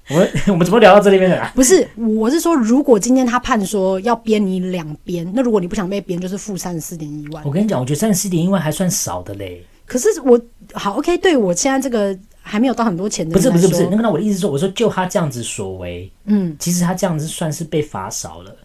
我们 我们怎么聊到这里面的、啊？ 不是，我是说，如果今天他判说要编你两边，那如果你不想被编，就是负三十四点一万我。跟你讲，我觉得三十四点一万还算少的嘞。可是我好 OK，对我现在这个还没有到很多钱的不是人不来是说，不是，那个那我的意思是说，我说就他这样子所为，嗯。其实他这样子算是被罚少了。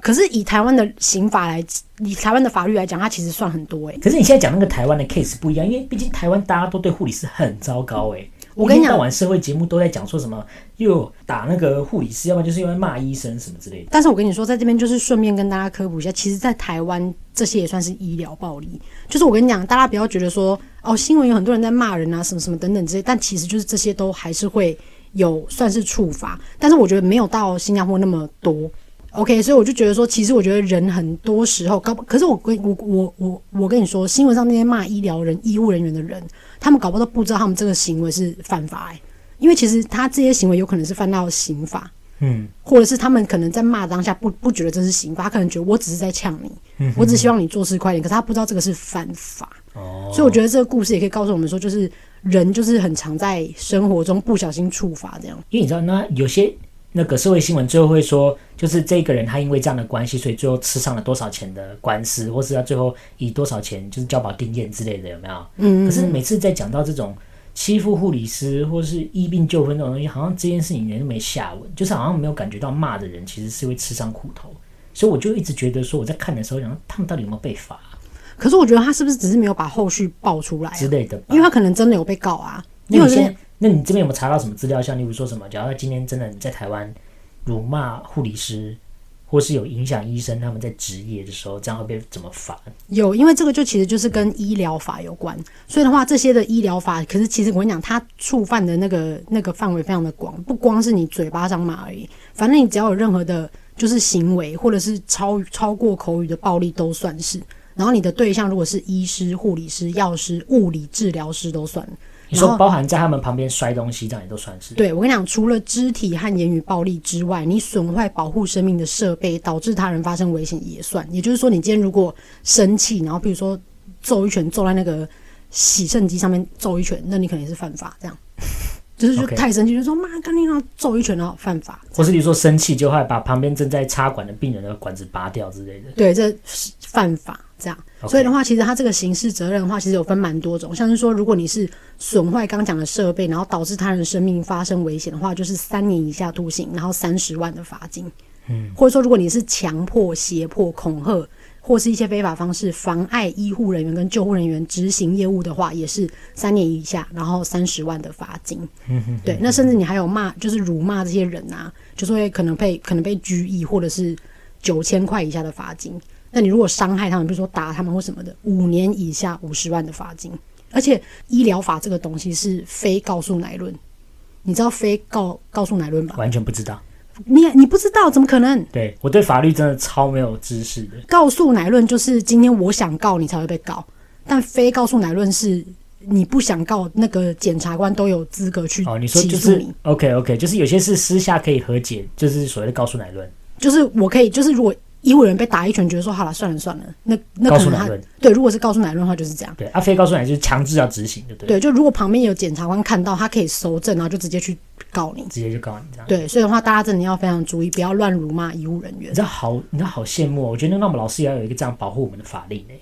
可是以台湾的刑法来，以台湾的法律来讲，它其实算很多诶、欸可是你现在讲那个台湾的 case 不一样，因为毕竟台湾大家都对护理师很糟糕哎、嗯我跟你讲一天到晚社会节目都在讲说什么又打那个护理师，要不然就是用来骂医生什么之类的。但是我跟你说，在这边就是顺便跟大家科普一下，其实，在台湾这些也算是医疗暴力。就是我跟你讲，大家不要觉得说哦，新闻有很多人在骂人啊，什么什么等等之类，但其实就是这些都还是会有算是处罚，但是我觉得没有到新加坡那么多。OK，所以我就觉得说，其实我觉得人很多时候搞不，可是我跟我我我我跟你说，新闻上那些骂医疗人、医务人员的人，他们搞不好都不知道他们这个行为是犯法、欸，因为其实他这些行为有可能是犯到刑法，嗯，或者是他们可能在骂当下不不觉得这是刑罚，他可能觉得我只是在呛你，我只希望你做事快点，可是他不知道这个是犯法。哦，所以我觉得这个故事也可以告诉我们说，就是人就是很常在生活中不小心触发这样。因为你知道，那有些那个社会新闻最后会说，就是这个人他因为这样的关系，所以最后吃上了多少钱的官司，或是他最后以多少钱就是交保定验之类的，有没有？嗯。可是每次在讲到这种欺负护理师或是医病纠纷这种东西，好像这件事情人都没下文，就是好像没有感觉到骂的人其实是会吃上苦头。所以我就一直觉得说，我在看的时候，想说他们到底有没有被罚可是我觉得他是不是只是没有把后续爆出来啊、之类的吧因为他可能真的有被告啊。因那为我你觉得先，那你这边有没有查到什么资料？像例如说什么，假如他今天真的你在台湾辱骂护理师，或是有影响医生他们在职业的时候，这样会被怎么罚？有，因为这个就其实就是跟医疗法有关，所以的话，这些的医疗法，可是其实我跟你讲，它触犯的那个那个范围非常的广，不光是你嘴巴上骂而已，反正你只要有任何的，就是行为或者是超超过口语的暴力都算是。然后你的对象如果是医师、护理师、药师、物理治疗师都算。你然说后包含在他们旁边摔东西，这样也都算是。对我跟你讲，除了肢体和言语暴力之外，你损坏保护生命的设备，导致他人发生危险也算。也就是说，你今天如果生气，然后比如说揍一拳，揍在那个洗肾机上面揍一拳，那你可能也是犯法。这样，就是就 OK 太生气，就说妈，赶紧要揍一拳，然后犯法。或是你说生气就会把旁边正在插管的病人的管子拔掉之类的。对，这是犯法这样。 OK 所以的话，其实它这个刑事责任的话，其实有分蛮多种，像是说，如果你是损坏刚讲的设备，然后导致他人生命发生危险的话，就是三年以下徒刑，然后三十万的罚金。嗯，或者说，如果你是强迫、胁迫、恐吓，或是一些非法方式妨碍医护人员跟救护人员执行业务的话，也是三年以下，然后三十万的罚金。对，那甚至你还有骂，就是辱骂这些人啊，就是会可能被可能被拘役，或者是九千块以下的罚金。那你如果伤害他们，比如说打他们或什么的，五年以下五十万的罚金。而且医疗法这个东西是非告诉乃论，你知道非告告诉乃论吧？完全不知道，你你不知道怎么可能？对我对法律真的超没有知识的。告诉乃论就是今天我想告你才会被告，但非告诉乃论是你不想告，那个检察官都有资格去哦，你说起就诉是你。 OK OK，就是有些是私下可以和解，就是所谓的告诉乃论。就是我可以，就是如果医务人被打一拳，觉得说好了，算了算了，那那告可诉能乃他论对，如果是告诉乃论的话，就是这样。对，阿飞告诉乃就是强制要执行，对不对？对，就如果旁边有检察官看到，他可以搜证，然后就直接去告你。直接就告你这样。对，所以的话，大家真的要非常注意，不要乱辱骂医务人员你知。道好，你知道好羡慕、哦，我觉得那我们老师也要有一个这样保护我们的法令呢、欸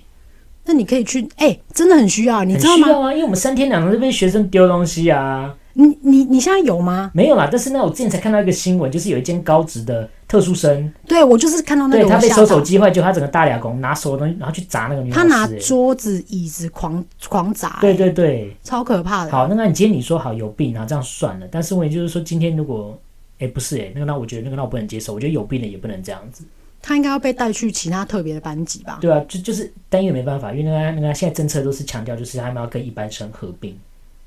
那你可以去，哎、真的很需要，你很知道需要吗？啊，因为我们三天两头就被学生丢东西啊，你你你现在有吗？没有啦。但是呢，我之前才看到一个新闻，就是有一间高职的特殊生，对我就是看到哦那对个他我被吓收手到，机坏，就他整个大俩工拿所有东西，然后去砸那个女老师、啊他拿啊欸桌子椅子狂狂砸、对对对，超可怕的。好，那那你今天你说好有病啊，这样算了。但是问题就是说，今天如果哎、不是哎、那个那我觉得那个那我不能接受，我觉得有病的也不能这样子。他应该要被带去其他特别的班级吧？对啊，就就是，但因为没办法，因为那个那个现在政策都是强调，就是他们要跟一般生合并，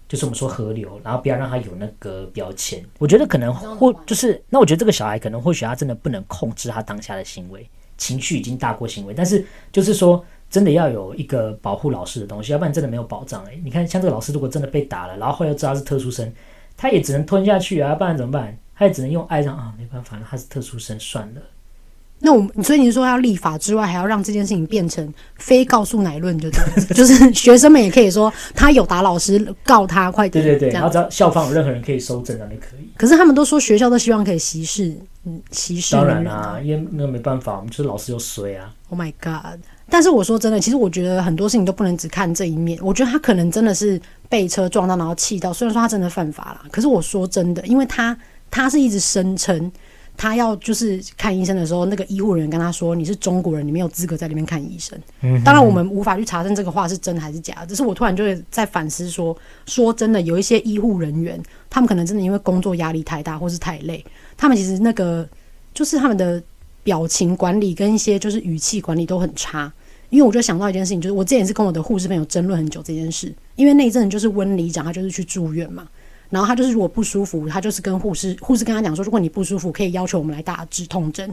就是我们说合流，然后不要让他有那个标签。我觉得可能或就是，那我觉得这个小孩可能或许他真的不能控制他当下的行为，情绪已经大过行为，但是就是说。真的要有一个保护老师的东西，要不然真的没有保障哎、你看，像这个老师如果真的被打了，然后后来又知道他是特殊生，他也只能吞下去啊，不然怎么办？他也只能用爱让啊，没办法，他是特殊生算了。那我们，所以你说要立法之外，还要让这件事情变成非告诉乃论，就这样 子， 就是学生们也可以说他有打老师，告他快对点，对对，这然样。后只要校方有任何人可以收证，那就可以。可是他们都说学校都希望可以息事，嗯，息事当宁然人啦、因为那没办法，我们就是老师又衰啊。 Oh my god！但是我说真的，其实我觉得很多事情都不能只看这一面。我觉得他可能真的是被车撞到，然后气到。虽然说他真的犯法啦，可是我说真的，因为他他是一直声称他要就是看医生的时候，那个医护人员跟他说你是中国人，你没有资格在里面看医生。当然我们无法去查证这个话是真还是假，只是我突然就会在反思说，说真的，有一些医护人员，他们可能真的因为工作压力太大或是太累，他们其实那个就是他们的表情管理跟一些就是语气管理都很差。因为我就想到一件事情，就是我之前也是跟我的护士朋友争论很久这件事，因为那一阵子就是温里长他就是去住院嘛，然后他就是如果不舒服，他就是跟护士护士跟他讲说，如果你不舒服，可以要求我们来打止痛针。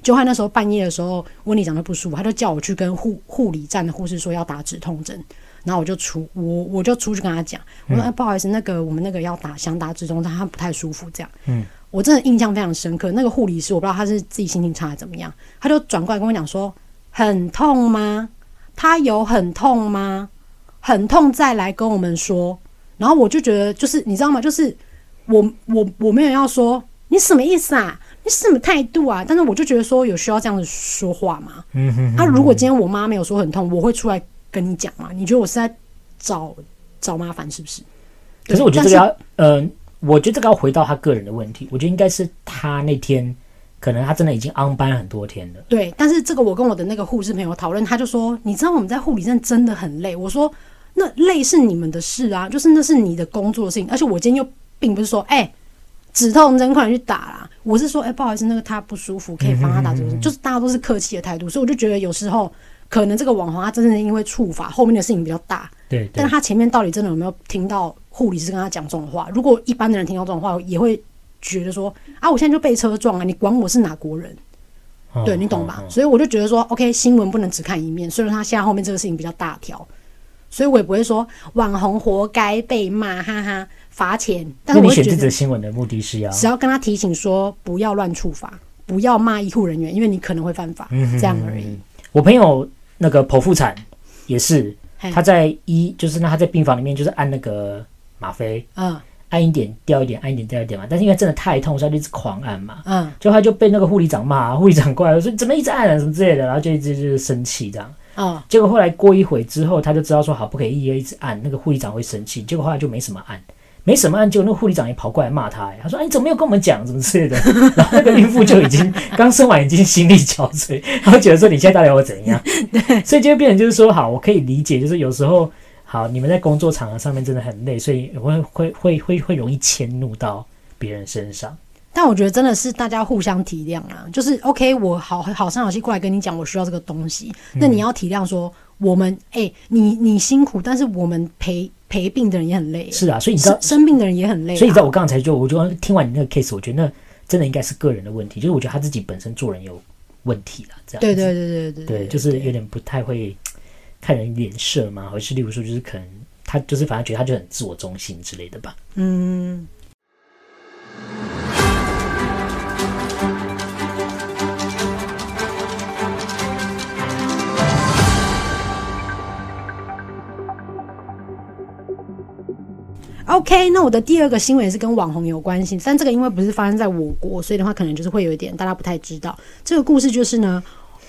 就他那时候半夜的时候，温里长就不舒服，他就叫我去跟护护理站的护士说要打止痛针，然后我就出我我就出去跟他讲，我说、哎不好意思，那个我们那个要打想打止痛针，他不太舒服这样。我真的印象非常深刻。那个护理师，我不知道他是自己心情差还是怎么样，他就转过来跟我讲说：“很痛吗？他有很痛吗？很痛再来跟我们说。”然后我就觉得，就是你知道吗？就是我我我没有要说你什么意思啊，你什么态度啊？但是我就觉得说，有需要这样子说话吗？嗯哼，他、如果今天我妈没有说很痛，我会出来跟你讲吗？你觉得我是在找找麻烦是不是？可是我觉得对这个呃但要，嗯、我觉得这个要回到他个人的问题。我觉得应该是他那天可能他真的已经 on 班很多天了。对，但是这个我跟我的那个护士朋友讨论，他就说，你知道我们在护理站真的很累。我说，那累是你们的事啊，就是那是你的工作的事情，而且我今天又并不是说，哎、止痛针快点去打啦，我是说，哎、不好意思，那个他不舒服，可以帮他打止痛针，就是大家都是客气的态度，所以我就觉得有时候可能这个网红他真的是因为触发后面的事情比较大，对对但是他前面到底真的有没有听到护理师跟他讲这种话？如果一般的人听到这种话，也会觉得说啊，我现在就被车撞了，你管我是哪国人？哦对你懂吧？哦哦所以我就觉得说，OK，新闻不能只看一面。虽然他现在后面这个事情比较大条，所以我也不会说网红活该被骂，哈哈，罚钱。但是那你我会选觉这则得，啊新闻的目的是要只要跟他提醒说不要乱处罚，不要骂医护人员，因为你可能会犯法，嗯这样而已。我朋友那个剖腹产也是，嘿他在医就是那他在病房里面就是按那个吗啡，嗯按一点掉一点，按一点掉一点嘛。但是因为真的太痛，所以他就一直狂按嘛。嗯就他就被那个护理长骂，护理长过来说你怎么一直按啊什么之类的，然后就一直就是生气这样。嗯结果后来过一会之后，他就知道说好不可以一一直按，那个护理长会生气。结果后来就没什么按，没什么按，结果那个护理长也跑过来骂他、哎他说：“哎，你怎么没有跟我们讲什么之类的？”然后那个孕妇就已经刚生完，已经心力憔悴，然后觉得说你现在到底要我怎样？ 对，所以就会变成就是说，好，我可以理解，就是有时候好，你们在工作场合上面真的很累，所以会会会会会容易迁怒到别人身上。但我觉得真的是大家互相体谅啊，就是 OK，我好好声好气过来跟你讲，我需要这个东西，嗯那你要体谅说我们，哎、你你辛苦，但是我们陪陪病的人也很累，是啊，所以你知道生，生病的人也很累、啊，所以你知道我刚才就我就听完你那个 case，我觉得那真的应该是个人的问题，就是我觉得他自己本身做人有问题啦，这样子对对对对对对，就是有点不太会看人脸色嘛，或者是例如说就是可能他就是反正觉得他就很自我中心之类的吧。嗯。OK，那我的第二个新闻也是跟网红有关系，但这个因为不是发生在我国，所以的话可能就是会有一点大家不太知道。这个故事就是呢，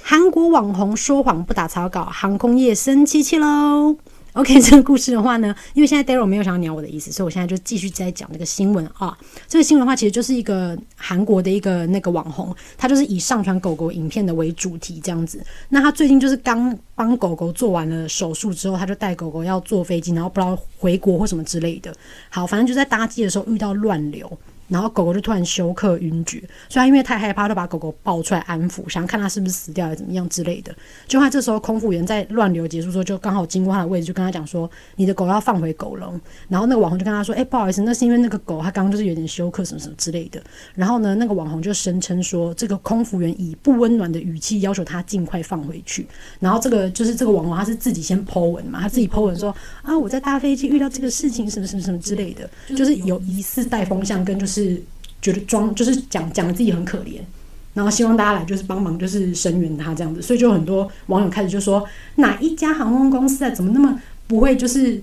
韩国网红说谎不打草稿，航空业生气气喽。OK，这个故事的话呢，因为现在 Daryl 没有想要鸟我的意思，所以我现在就继续在讲这个新闻啊。这个新闻的话，其实就是一个韩国的一个那个网红，他就是以上传狗狗影片的为主题这样子。那他最近就是刚帮狗狗做完了手术之后，他就带狗狗要坐飞机，然后不知道回国或什么之类的。好，反正就在搭机的时候遇到乱流，然后狗狗就突然休克晕厥，所以他因为太害怕，就把狗狗抱出来安抚，想要看它是不是死掉还是怎么样之类的。就他这时候空服员在乱流结束之后，就刚好经过他的位置，就跟他讲说：“你的狗要放回狗笼。”然后那个网红就跟他说：“哎、不好意思，那是因为那个狗它刚刚就是有点休克什么什么之类的。”然后呢，那个网红就声称说，这个空服员以不温暖的语气要求他尽快放回去。然后这个就是这个网红他是自己先 Po 文嘛，他自己 Po 文说：“啊，我在搭飞机遇到这个事情，什么什么什么之类的，就是有疑似带风向跟就是觉得装就是讲讲自己很可怜。”然后希望大家来就是帮忙，就是声援他这样子，所以就有很多网友开始就说哪一家航空公司啊，怎么那么不会就是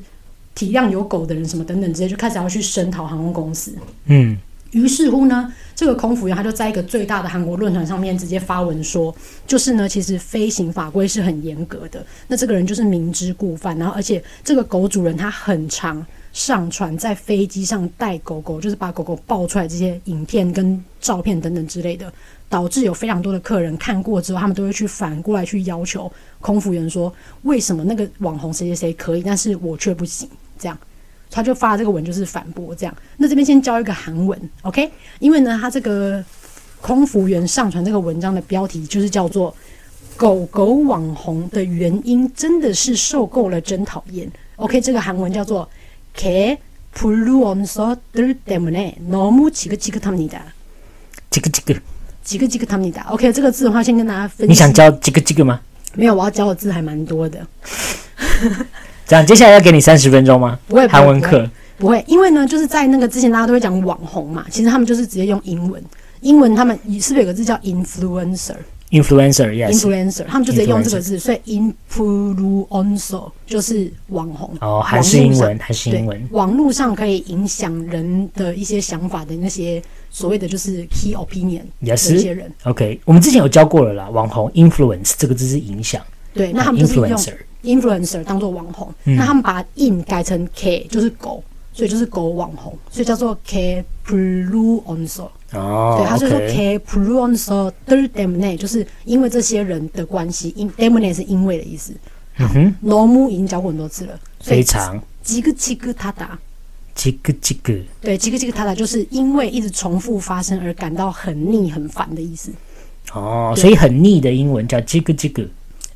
体谅有狗的人什么等等之类，就开始要去声讨航空公司。嗯，于是乎呢，这个空服员他就在一个最大的韩国论坛上面直接发文说，就是呢，其实飞行法规是很严格的。那这个人就是明知故犯，然后而且这个狗主人他很常上传在飞机上带狗狗，就是把狗狗抱出来这些影片跟照片等等之类的，导致有非常多的客人看过之后，他们都会去反过来去要求空服员说，为什么那个网红谁谁谁可以，但是我却不行？这样。他就发这个文就是反驳这样。那这边先教一个韩文，OK？因为呢，他这个空服员上传这个文章的标题就是叫做“狗狗网红的原因真的是受够了，真讨厌”。OK，这个韩文叫做“개불루엄서들때문에너무지긋지긋합니다”。 这个这个， 지긋지긋합니다。OK，这个字的话，先跟大家分析。你想教这个这个吗？没有，我要教的字还蛮多的。这样接下来要给你三十分钟吗？不会不会韩文不会课，不会，因为呢，就是在那个之前，大家都会讲网红嘛，其实他们就是直接用英文。英文他们是不是有个字叫 influencer？influencer， influencer yes。他们就直接用这个字，所以 influencer 就是网红。哦，还是英文，还是对英文，。网络上可以影响人的一些想法的那些所谓的就是 key opinion 也有一是些人， OK，我们之前有教过了啦，网红 influence 这个字是影响，对，那他们就是用 influencer 嗯 influencer 当做网红，那他们把 in 改成 k 就是狗，所以就是狗网红，所以叫做 K Blue o n s o 哦，对，他就说 OK K p r u o n s o third demne，就是因为这些人的关系，因 demne 是因为的意思。嗯哼，罗木已经教过很多次了，所以非常吉个吉个塔达，这个这个对，吉个吉个塔达就是因为一直重复发生而感到很腻很烦的意思。哦，所以很腻的英文叫这个这个，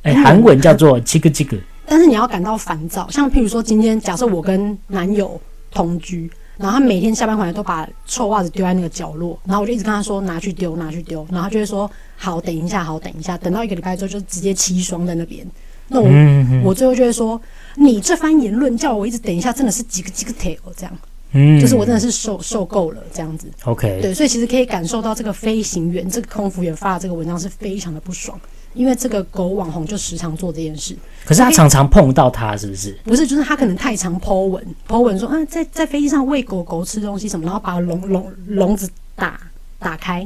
哎，英文韩文叫做这个这个但是你要感到烦躁，像譬如说今天假设我跟男友同居，然后他每天下班回来都把臭袜子丢在那个角落，然后我就一直跟他说拿去丢，拿去丢，然后他就会说好，等一下，好，等一下，等到一个礼拜之后就直接七双在那边。那我、嗯我最后就会说，你这番言论叫我一直等一下，真的是几个几个 tail 这样，嗯，就是我真的是受受够了这样子。 OK，对，所以其实可以感受到这个飞行员、这个空服员发的这个文章是非常的不爽，因为这个狗网红就时常做这件事。可是他常常碰到他，是不是？不是，就是他可能太常 Po 文，Po 文说，啊，在在飞机上喂狗狗吃东西什么，然后把笼笼笼子打打开，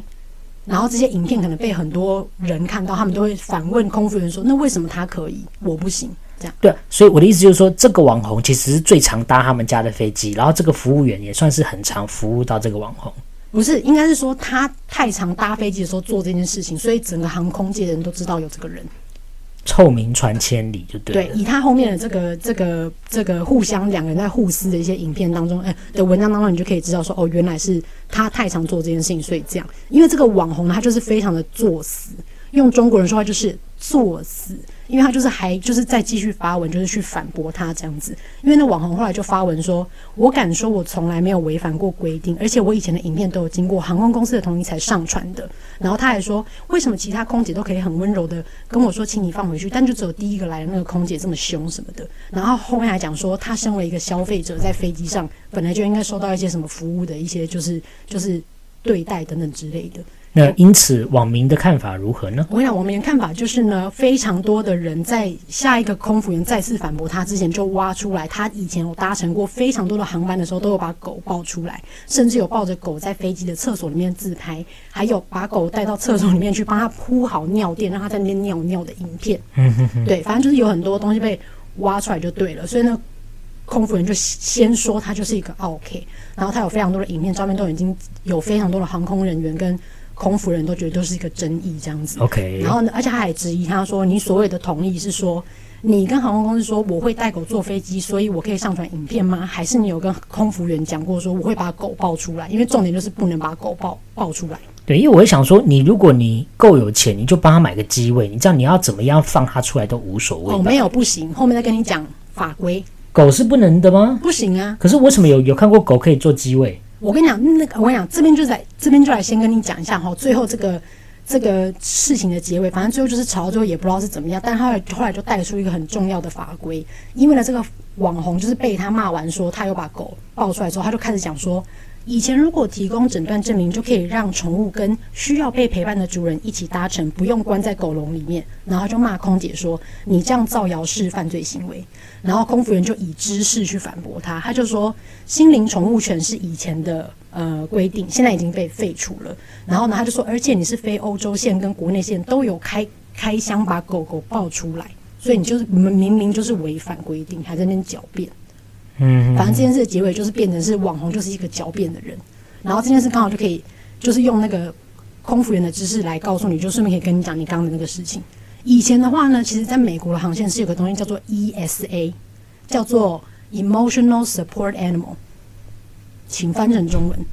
然后这些影片可能被很多人看到，他们都会反问空服员说，那为什么他可以，我不行？这样，对，啊所以我的意思就是说，这个网红其实是最常搭他们家的飞机，然后这个服务员也算是很常服务到这个网红。不是，应该是说他太常搭飞机的时候做这件事情，所以整个航空界的人都知道有这个人。臭名传千里，就对对了。，以他后面的这个这个这个互相两个人在互撕的一些影片当中，哎、的文章当中，你就可以知道说，哦，原来是他太常做这件事情，所以这样。因为这个网红呢，他就是非常的作死，用中国人说话就是作死，因为他就是还就是再继续发文，就是去反驳他这样子。因为那网红后来就发文说，我敢说我从来没有违反过规定，而且我以前的影片都有经过航空公司的同意才上传的。然后他还说，为什么其他空姐都可以很温柔的跟我说，请你放回去，但就只有第一个来的那个空姐这么凶什么的。然后后面还讲说，他身为一个消费者，在飞机上本来就应该受到一些什么服务的一些就是就是对待等等之类的。那因此，网民的看法如何呢？我啊想我们的看法就是呢，非常多的人在下一个空服员再次反驳他之前，就挖出来他以前有搭乘过非常多的航班的时候，都有把狗抱出来，甚至有抱着狗在飞机的厕所里面自拍，还有把狗带到厕所里面去帮他铺好尿垫，让他在那边尿尿的影片。对，反正就是有很多东西被挖出来就对了。所以呢，空服人就先说他就是一个 OK，然后他有非常多的影片、照片都已经有非常多的航空人员跟空服人都觉得就是一个争议这样子。 OK 然后呢，而且他还质疑他说，你所谓的同意是说。你跟航空公司说我会带狗坐飞机，所以我可以上传影片吗？还是你有跟空服员讲过说我会把狗抱出来？因为重点就是不能把狗抱抱出来。对，因为我会想说，你如果你够有钱，你就帮他买个机位，你这样你要怎么样放他出来都无所谓哦，吧。没有不行，后面再跟你讲法规狗是不能的吗？不行啊。可是为什么有有看过狗可以做机位？我跟你讲，嗯那个我跟你讲，这边就在这边就来先跟你讲一下哈，最后这个这个事情的结尾，反正最后就是吵，最后也不知道是怎么样，但他后来后来就带出一个很重要的法规，因为呢，这个网红就是被他骂完说他又把狗抱出来之后，他就开始讲说。以前如果提供诊断证明，就可以让宠物跟需要被陪伴的主人一起搭乘，不用关在狗笼里面。然后他就骂空姐说：“你这样造谣是犯罪行为。”然后空服员就以知识去反驳他，他就说：“心灵宠物犬是以前的呃规定，现在已经被废除了。”然后呢，他就说：“而且你是非欧洲线跟国内线都有开开箱把狗狗抱出来，所以你就是你们明明就是违反规定，还在那边狡辩。”反正这件事的结尾就是变成是网红就是一个狡辩的人，然后这件事刚好就可以就是用那个空服员的知识来告诉你，就顺便可以跟你讲你刚刚的那个事情。以前的话呢，其实在美国的航线是有个东西叫做 ESA，叫做 Emotional Support Animal，请翻成中文。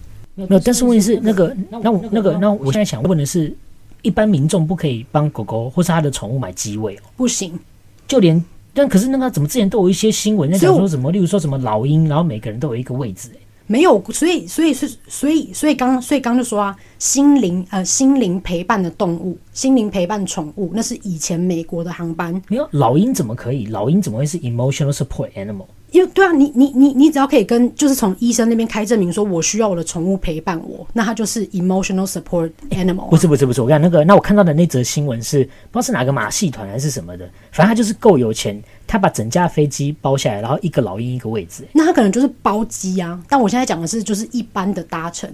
那但是问题是，那个那我那个那我现在想问的是，一般民众不可以帮狗狗或是他的宠物买机位哦，不行，就连。但可是那个怎么之前都有一些新闻在讲所以说我什么，例如说什么老鹰，然后每个人都有一个位置，哎没有，所以所以是所以所以刚所以刚就说啊，心灵呃心灵陪伴的动物，心灵陪伴宠物，那是以前美国的航班没有老鹰怎么可以？老鹰怎么会是 emotional support animal？因为对啊，你你你你只要可以跟就是从医生那边开证明说，我需要我的宠物陪伴我，那它就是 emotional support animal 不啊。是不是不是，我看那个，那我看到的那则新闻是，不知道是哪个马戏团还是什么的，反正他就是够有钱，他把整架飞机包下来，然后一个老鹰一个位置。那它可能就是包机啊，但我现在讲的是就是一般的搭乘。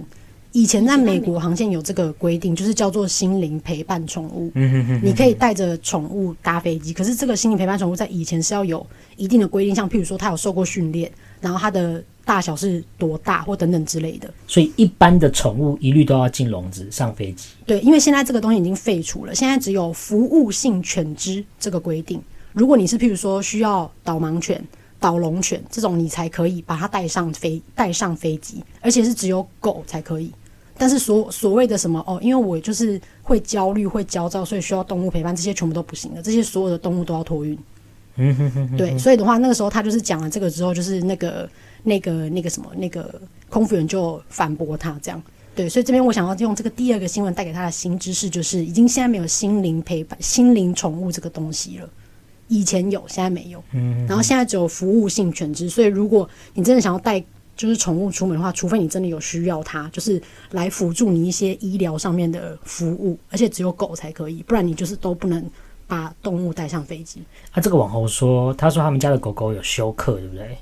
以前在美国航线有这个规定，就是叫做心灵陪伴宠物。你可以带着宠物搭飞机，可是这个心灵陪伴宠物在以前是要有一定的规定，像譬如说它有受过训练，然后它的大小是多大或等等之类的。所以一般的宠物一律都要进笼子上飞机。对，因为现在这个东西已经废除了，现在只有服务性犬只这个规定。如果你是譬如说需要导盲犬、导笼犬这种，你才可以把它带上飞带上飞机，而且是只有狗才可以。但是所所谓的什么哦，因为我就是会焦虑、会焦躁，所以需要动物陪伴，这些全部都不行的。这些所有的动物都要托运。对，所以的话，那个时候他就是讲了这个之后，就是那个那个那个什么那个空服员就反驳他这样。对，所以这边我想要用这个第二个新闻带给他的新知识，就是已经现在没有心灵陪伴、心灵宠物这个东西了。以前有，现在没有。嗯。然后现在只有服务性犬只，所以如果你真的想要带就是宠物出门的话，除非你真的有需要它，就是来辅助你一些医疗上面的服务，而且只有狗才可以，不然你就是都不能把动物带上飞机。他、啊这个网红说，他说他们家的狗狗有休克，对不对？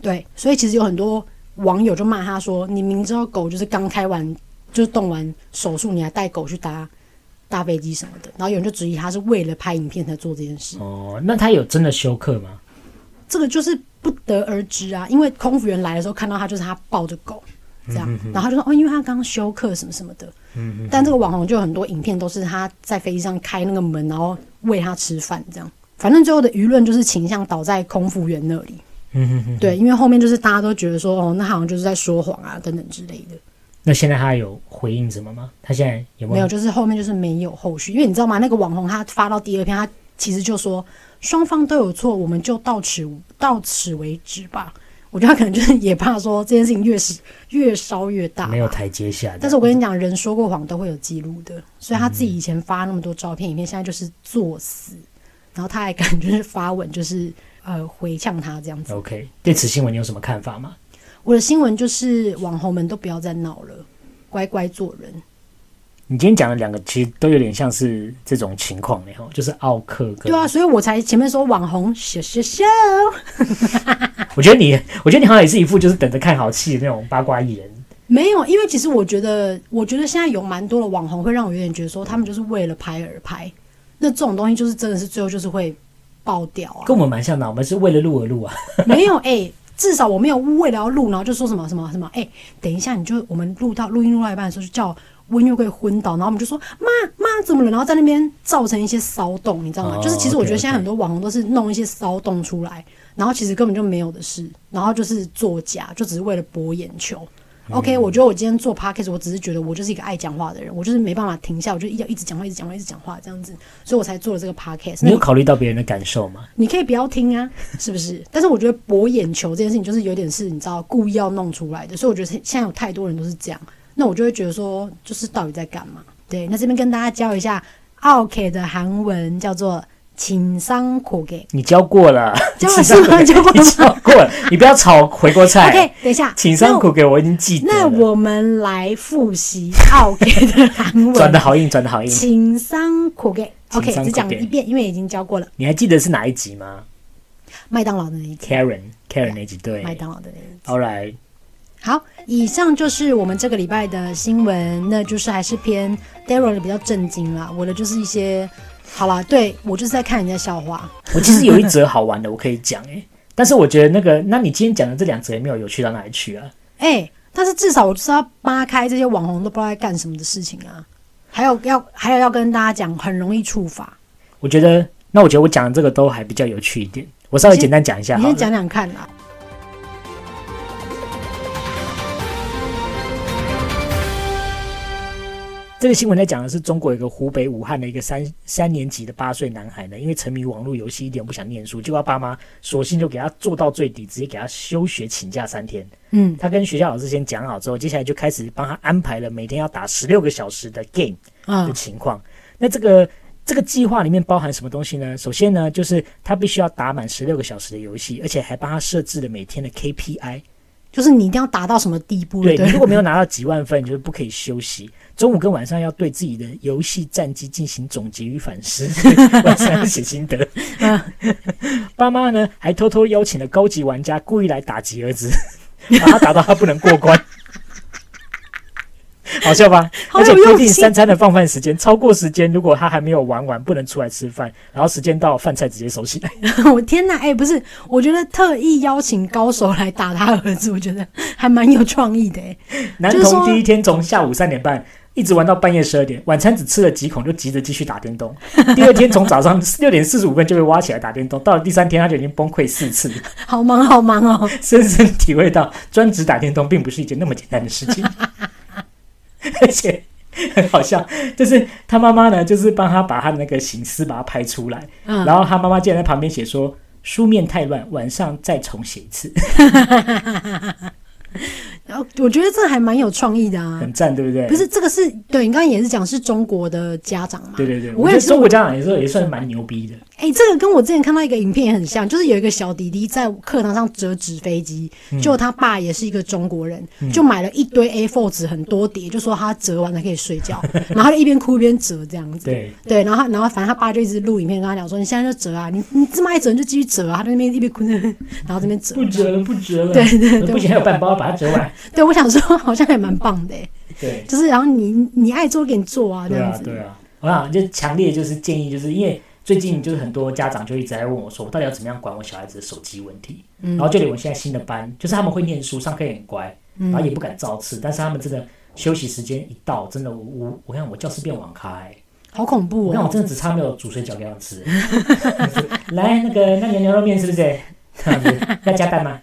对，所以其实有很多网友就骂他说：“你明知道狗就是刚开完，就是动完手术，你还带狗去搭搭飞机什么的。”然后有人就质疑他是为了拍影片才做这件事，哦，那他有真的休克吗？这个就是不得而知啊。因为空服员来的时候看到他，就是他抱着狗这样，然后他就说：“哦，因为他刚休克什么什么的。”但这个网红就有很多影片都是他在飞机上开那个门，然后喂他吃饭这样。反正最后的舆论就是倾向倒在空服员那里。对，因为后面就是大家都觉得说，哦，那好像就是在说谎啊，等等之类的。那现在他有回应什么吗？他现在有没没有有，？就是后面就是没有后续，因为你知道吗？那个网红他发到第二篇，他其实就说双方都有错，我们就到此到此为止吧。我觉得他可能就是也怕说这件事情越是越烧越大吧，没有台阶下的。但是我跟你讲，人说过谎都会有记录的，所以他自己以前发那么多照片、影片，现在就是作死，然后他还敢就是发文，就是呃回呛他这样子。 OK，对此新闻你有什么看法吗？我的新闻就是网红们都不要再闹了，乖乖做人。你今天讲的两个其实都有点像是这种情况然后就是奥克跟对啊，所以我才前面说网红秀秀秀，我觉得你，我觉得你好像也是一副就是等着看好戏的那种八卦艺人。没有，因为其实我觉得，我觉得现在有蛮多的网红会让我有点觉得说，他们就是为了拍而拍，那这种东西就是真的是最后就是会爆掉啊。跟我们蛮像的，我们是为了录而录啊。 没有哎、至少我没有为了要录，然后就说什么什么什么哎、等一下你就我们录到录音录到一半的时候就叫温月桂昏倒，然后我们就说妈妈怎么了，然后在那边造成一些骚动，你知道吗？哦就是其实我觉得 OK，OK 现在很多网红都是弄一些骚动出来，然后其实根本就没有的事，然后就是作假，就只是为了博眼球。OK，我嗯觉得我今天做 podcast，我只是觉得我就是一个爱讲话的人，我就是没办法停下，我就一要一直讲话，一直讲话，一直讲话这样子，所以我才做了这个 podcast。那你有考虑到别人的感受吗？你可以不要听 啊，是不是？但是我觉得博眼球这件事情就是有点是你知道故意要弄出来的，所以我觉得现在有太多人都是这样，那我就会觉得说，就是到底在干嘛？对，那这边跟大家教一下 OK 的韩文，叫做“请桑苦给你教过了，教了是吗教过了吗你教过了，你不要炒回锅”。菜。 OK，等一下，哎请上苦给我，已经记得那。了。我。那我们来复习 OK 的韩 转的文，好硬，转的好硬。请桑苦给。请 OK，桑苦给只讲一遍，因为已经教过了你还记得是哪一集吗麦当劳的那一集， ？Karen，Karen 那集对。麦当劳的那一集。 All right，好，以上就是我们这个礼拜的新闻，那就是还是偏 Daryl 的比较震惊啦，我的就是一些，好啦，对我就是在看人家笑话，我其实有一则好玩的，我可以讲诶、但是我觉得那个，那你今天讲的这两则也没有有趣到哪里去啊？哎、但是至少我就是要扒开这些网红都不知道在干什么的事情啊，还有要还有要跟大家讲，很容易触法，我觉得，那我觉得我讲的这个都还比较有趣一点。我稍微简单讲一下你啊好了先讲讲看啦。这个新闻在讲的是中国有一个湖北武汉的一个三三年级的八岁男孩呢，因为沉迷网络游戏，一点不想念书，结果他爸妈索性就给他做到最底，直接给他休学请假三天。嗯，他跟学校老师先讲好之后，接下来就开始帮他安排了每天要打十六个小时的 game 的嗯情况。那这个这个计划里面包含什么东西呢？首先呢，就是他必须要打满十六个小时的游戏，而且还帮他设置了每天的 KPI。就是你一定要达到什么地步，对对不你如对，果没有拿到几万分，你就是不可以休息。中午跟晚上要对自己的游戏战绩进行总结与反 思，晚上要写心得。爸妈呢还偷偷邀请了高级玩家故意来打击儿子，把他打到他不能过关。好笑吧？好而且有规用定心三餐的放饭时间，超过时间，如果他还没有玩完，不能出来吃饭，然后时间到，饭菜直接收起来。 我天哪，哎、不是，我觉得特意邀请高手来打他儿子，我觉得还蛮有创意的、哎男就是童说第一天从下午三点半一直玩到半夜十二点，晚餐只吃了几口就急着继续打电 动。第二天从早上六点四十五分就被挖起来打电动，到了第三天他就已经崩溃 四次，好忙好忙哦。深深体会到专职打电动并不是一件那么简单的事 情，而且。很好笑，就是他妈妈呢，就是帮他把他的那个醒思把它拍出来，嗯然后他妈妈竟然在旁边写说书面太乱，晚上再重写一次，然后我觉得这还蛮有创意的啊。很赞，对不对？不是，这个是对你刚刚也是讲是中国的家长嘛？对对对，我我跟你觉得说中，国家长也是也算蛮牛逼的，哎、这个跟我之前看到一个影片也很像，就是有一个小弟弟在课堂上折纸飞机，嗯就他爸也是一个中国人，就买了一堆 A4 纸很多叠，就说他折完了可以睡 觉，然后他就一边哭一边折这样子。对，对，然后他然后反正他爸就一直录影片跟他讲说，你现在就折啊，你你这么爱折你就继续折啊，他在那边一边哭， 然后这边折。不折了，不折了，嗯对对对不行，还有半包把它折 完，对，我想说好像还蛮棒的欸，对，就是然后你你爱做给你做啊，这对样啊子。，对啊，我想就强烈就是建议，就是因为最近就是很多家长就一直在问我说，我到底要怎么样管我小孩子的手机问题？嗯然后就连我现在新的班，就是他们会念书，上课也很乖，嗯然后也不敢造次，但是他们真的休息时间一到，真的我我我看我教室变网咖、欸，好恐怖我看我哦！真的只差没有煮水饺给他们吃， 就是来那个那你的牛肉面是 不是？这样子要加蛋吗？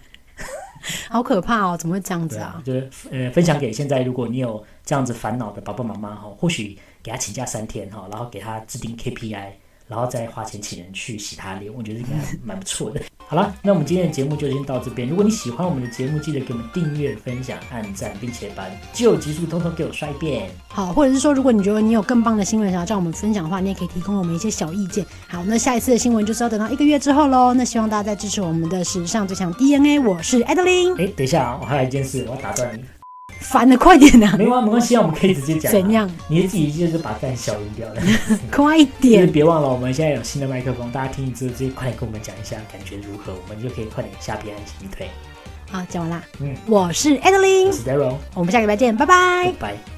好可怕哦！怎么会这样子对啊啊，？就是呃，分享给现在如果你有这样子烦恼的爸爸妈妈哈，或许给他请假三天哈，然后给他制定 KPI，然后再花钱请人去洗他脸，我觉得应该蛮不错的。 好啦，那我们今天的节目就先到这边。如果你喜欢我们的节目，记得给我们订阅、分享、按赞，并且把旧集数通通给我刷一遍。好，或者是说，如果你觉得你有更棒的新闻想要叫我们分享的话，你也可以提供我们一些小意见。好，那下一次的新闻就是要等到一个月之后喽。那希望大家再支持我们的史上最强 DNA，我是艾德琳，哎，等一下啊，我还有一件事，我要打断你。烦的快点啊， 没有啊，没关系啊，我们可以直接讲啊。怎样？你自己就是把干消音掉了。快一就是点！别忘了，我们现在有新的麦克风，大家听一次，就快点跟我们讲一下感觉如何，我们就可以快点下边按击推。好，讲完啦。嗯，我是艾德琳我，是 Daryl，我们下个礼拜见，拜拜拜。拜。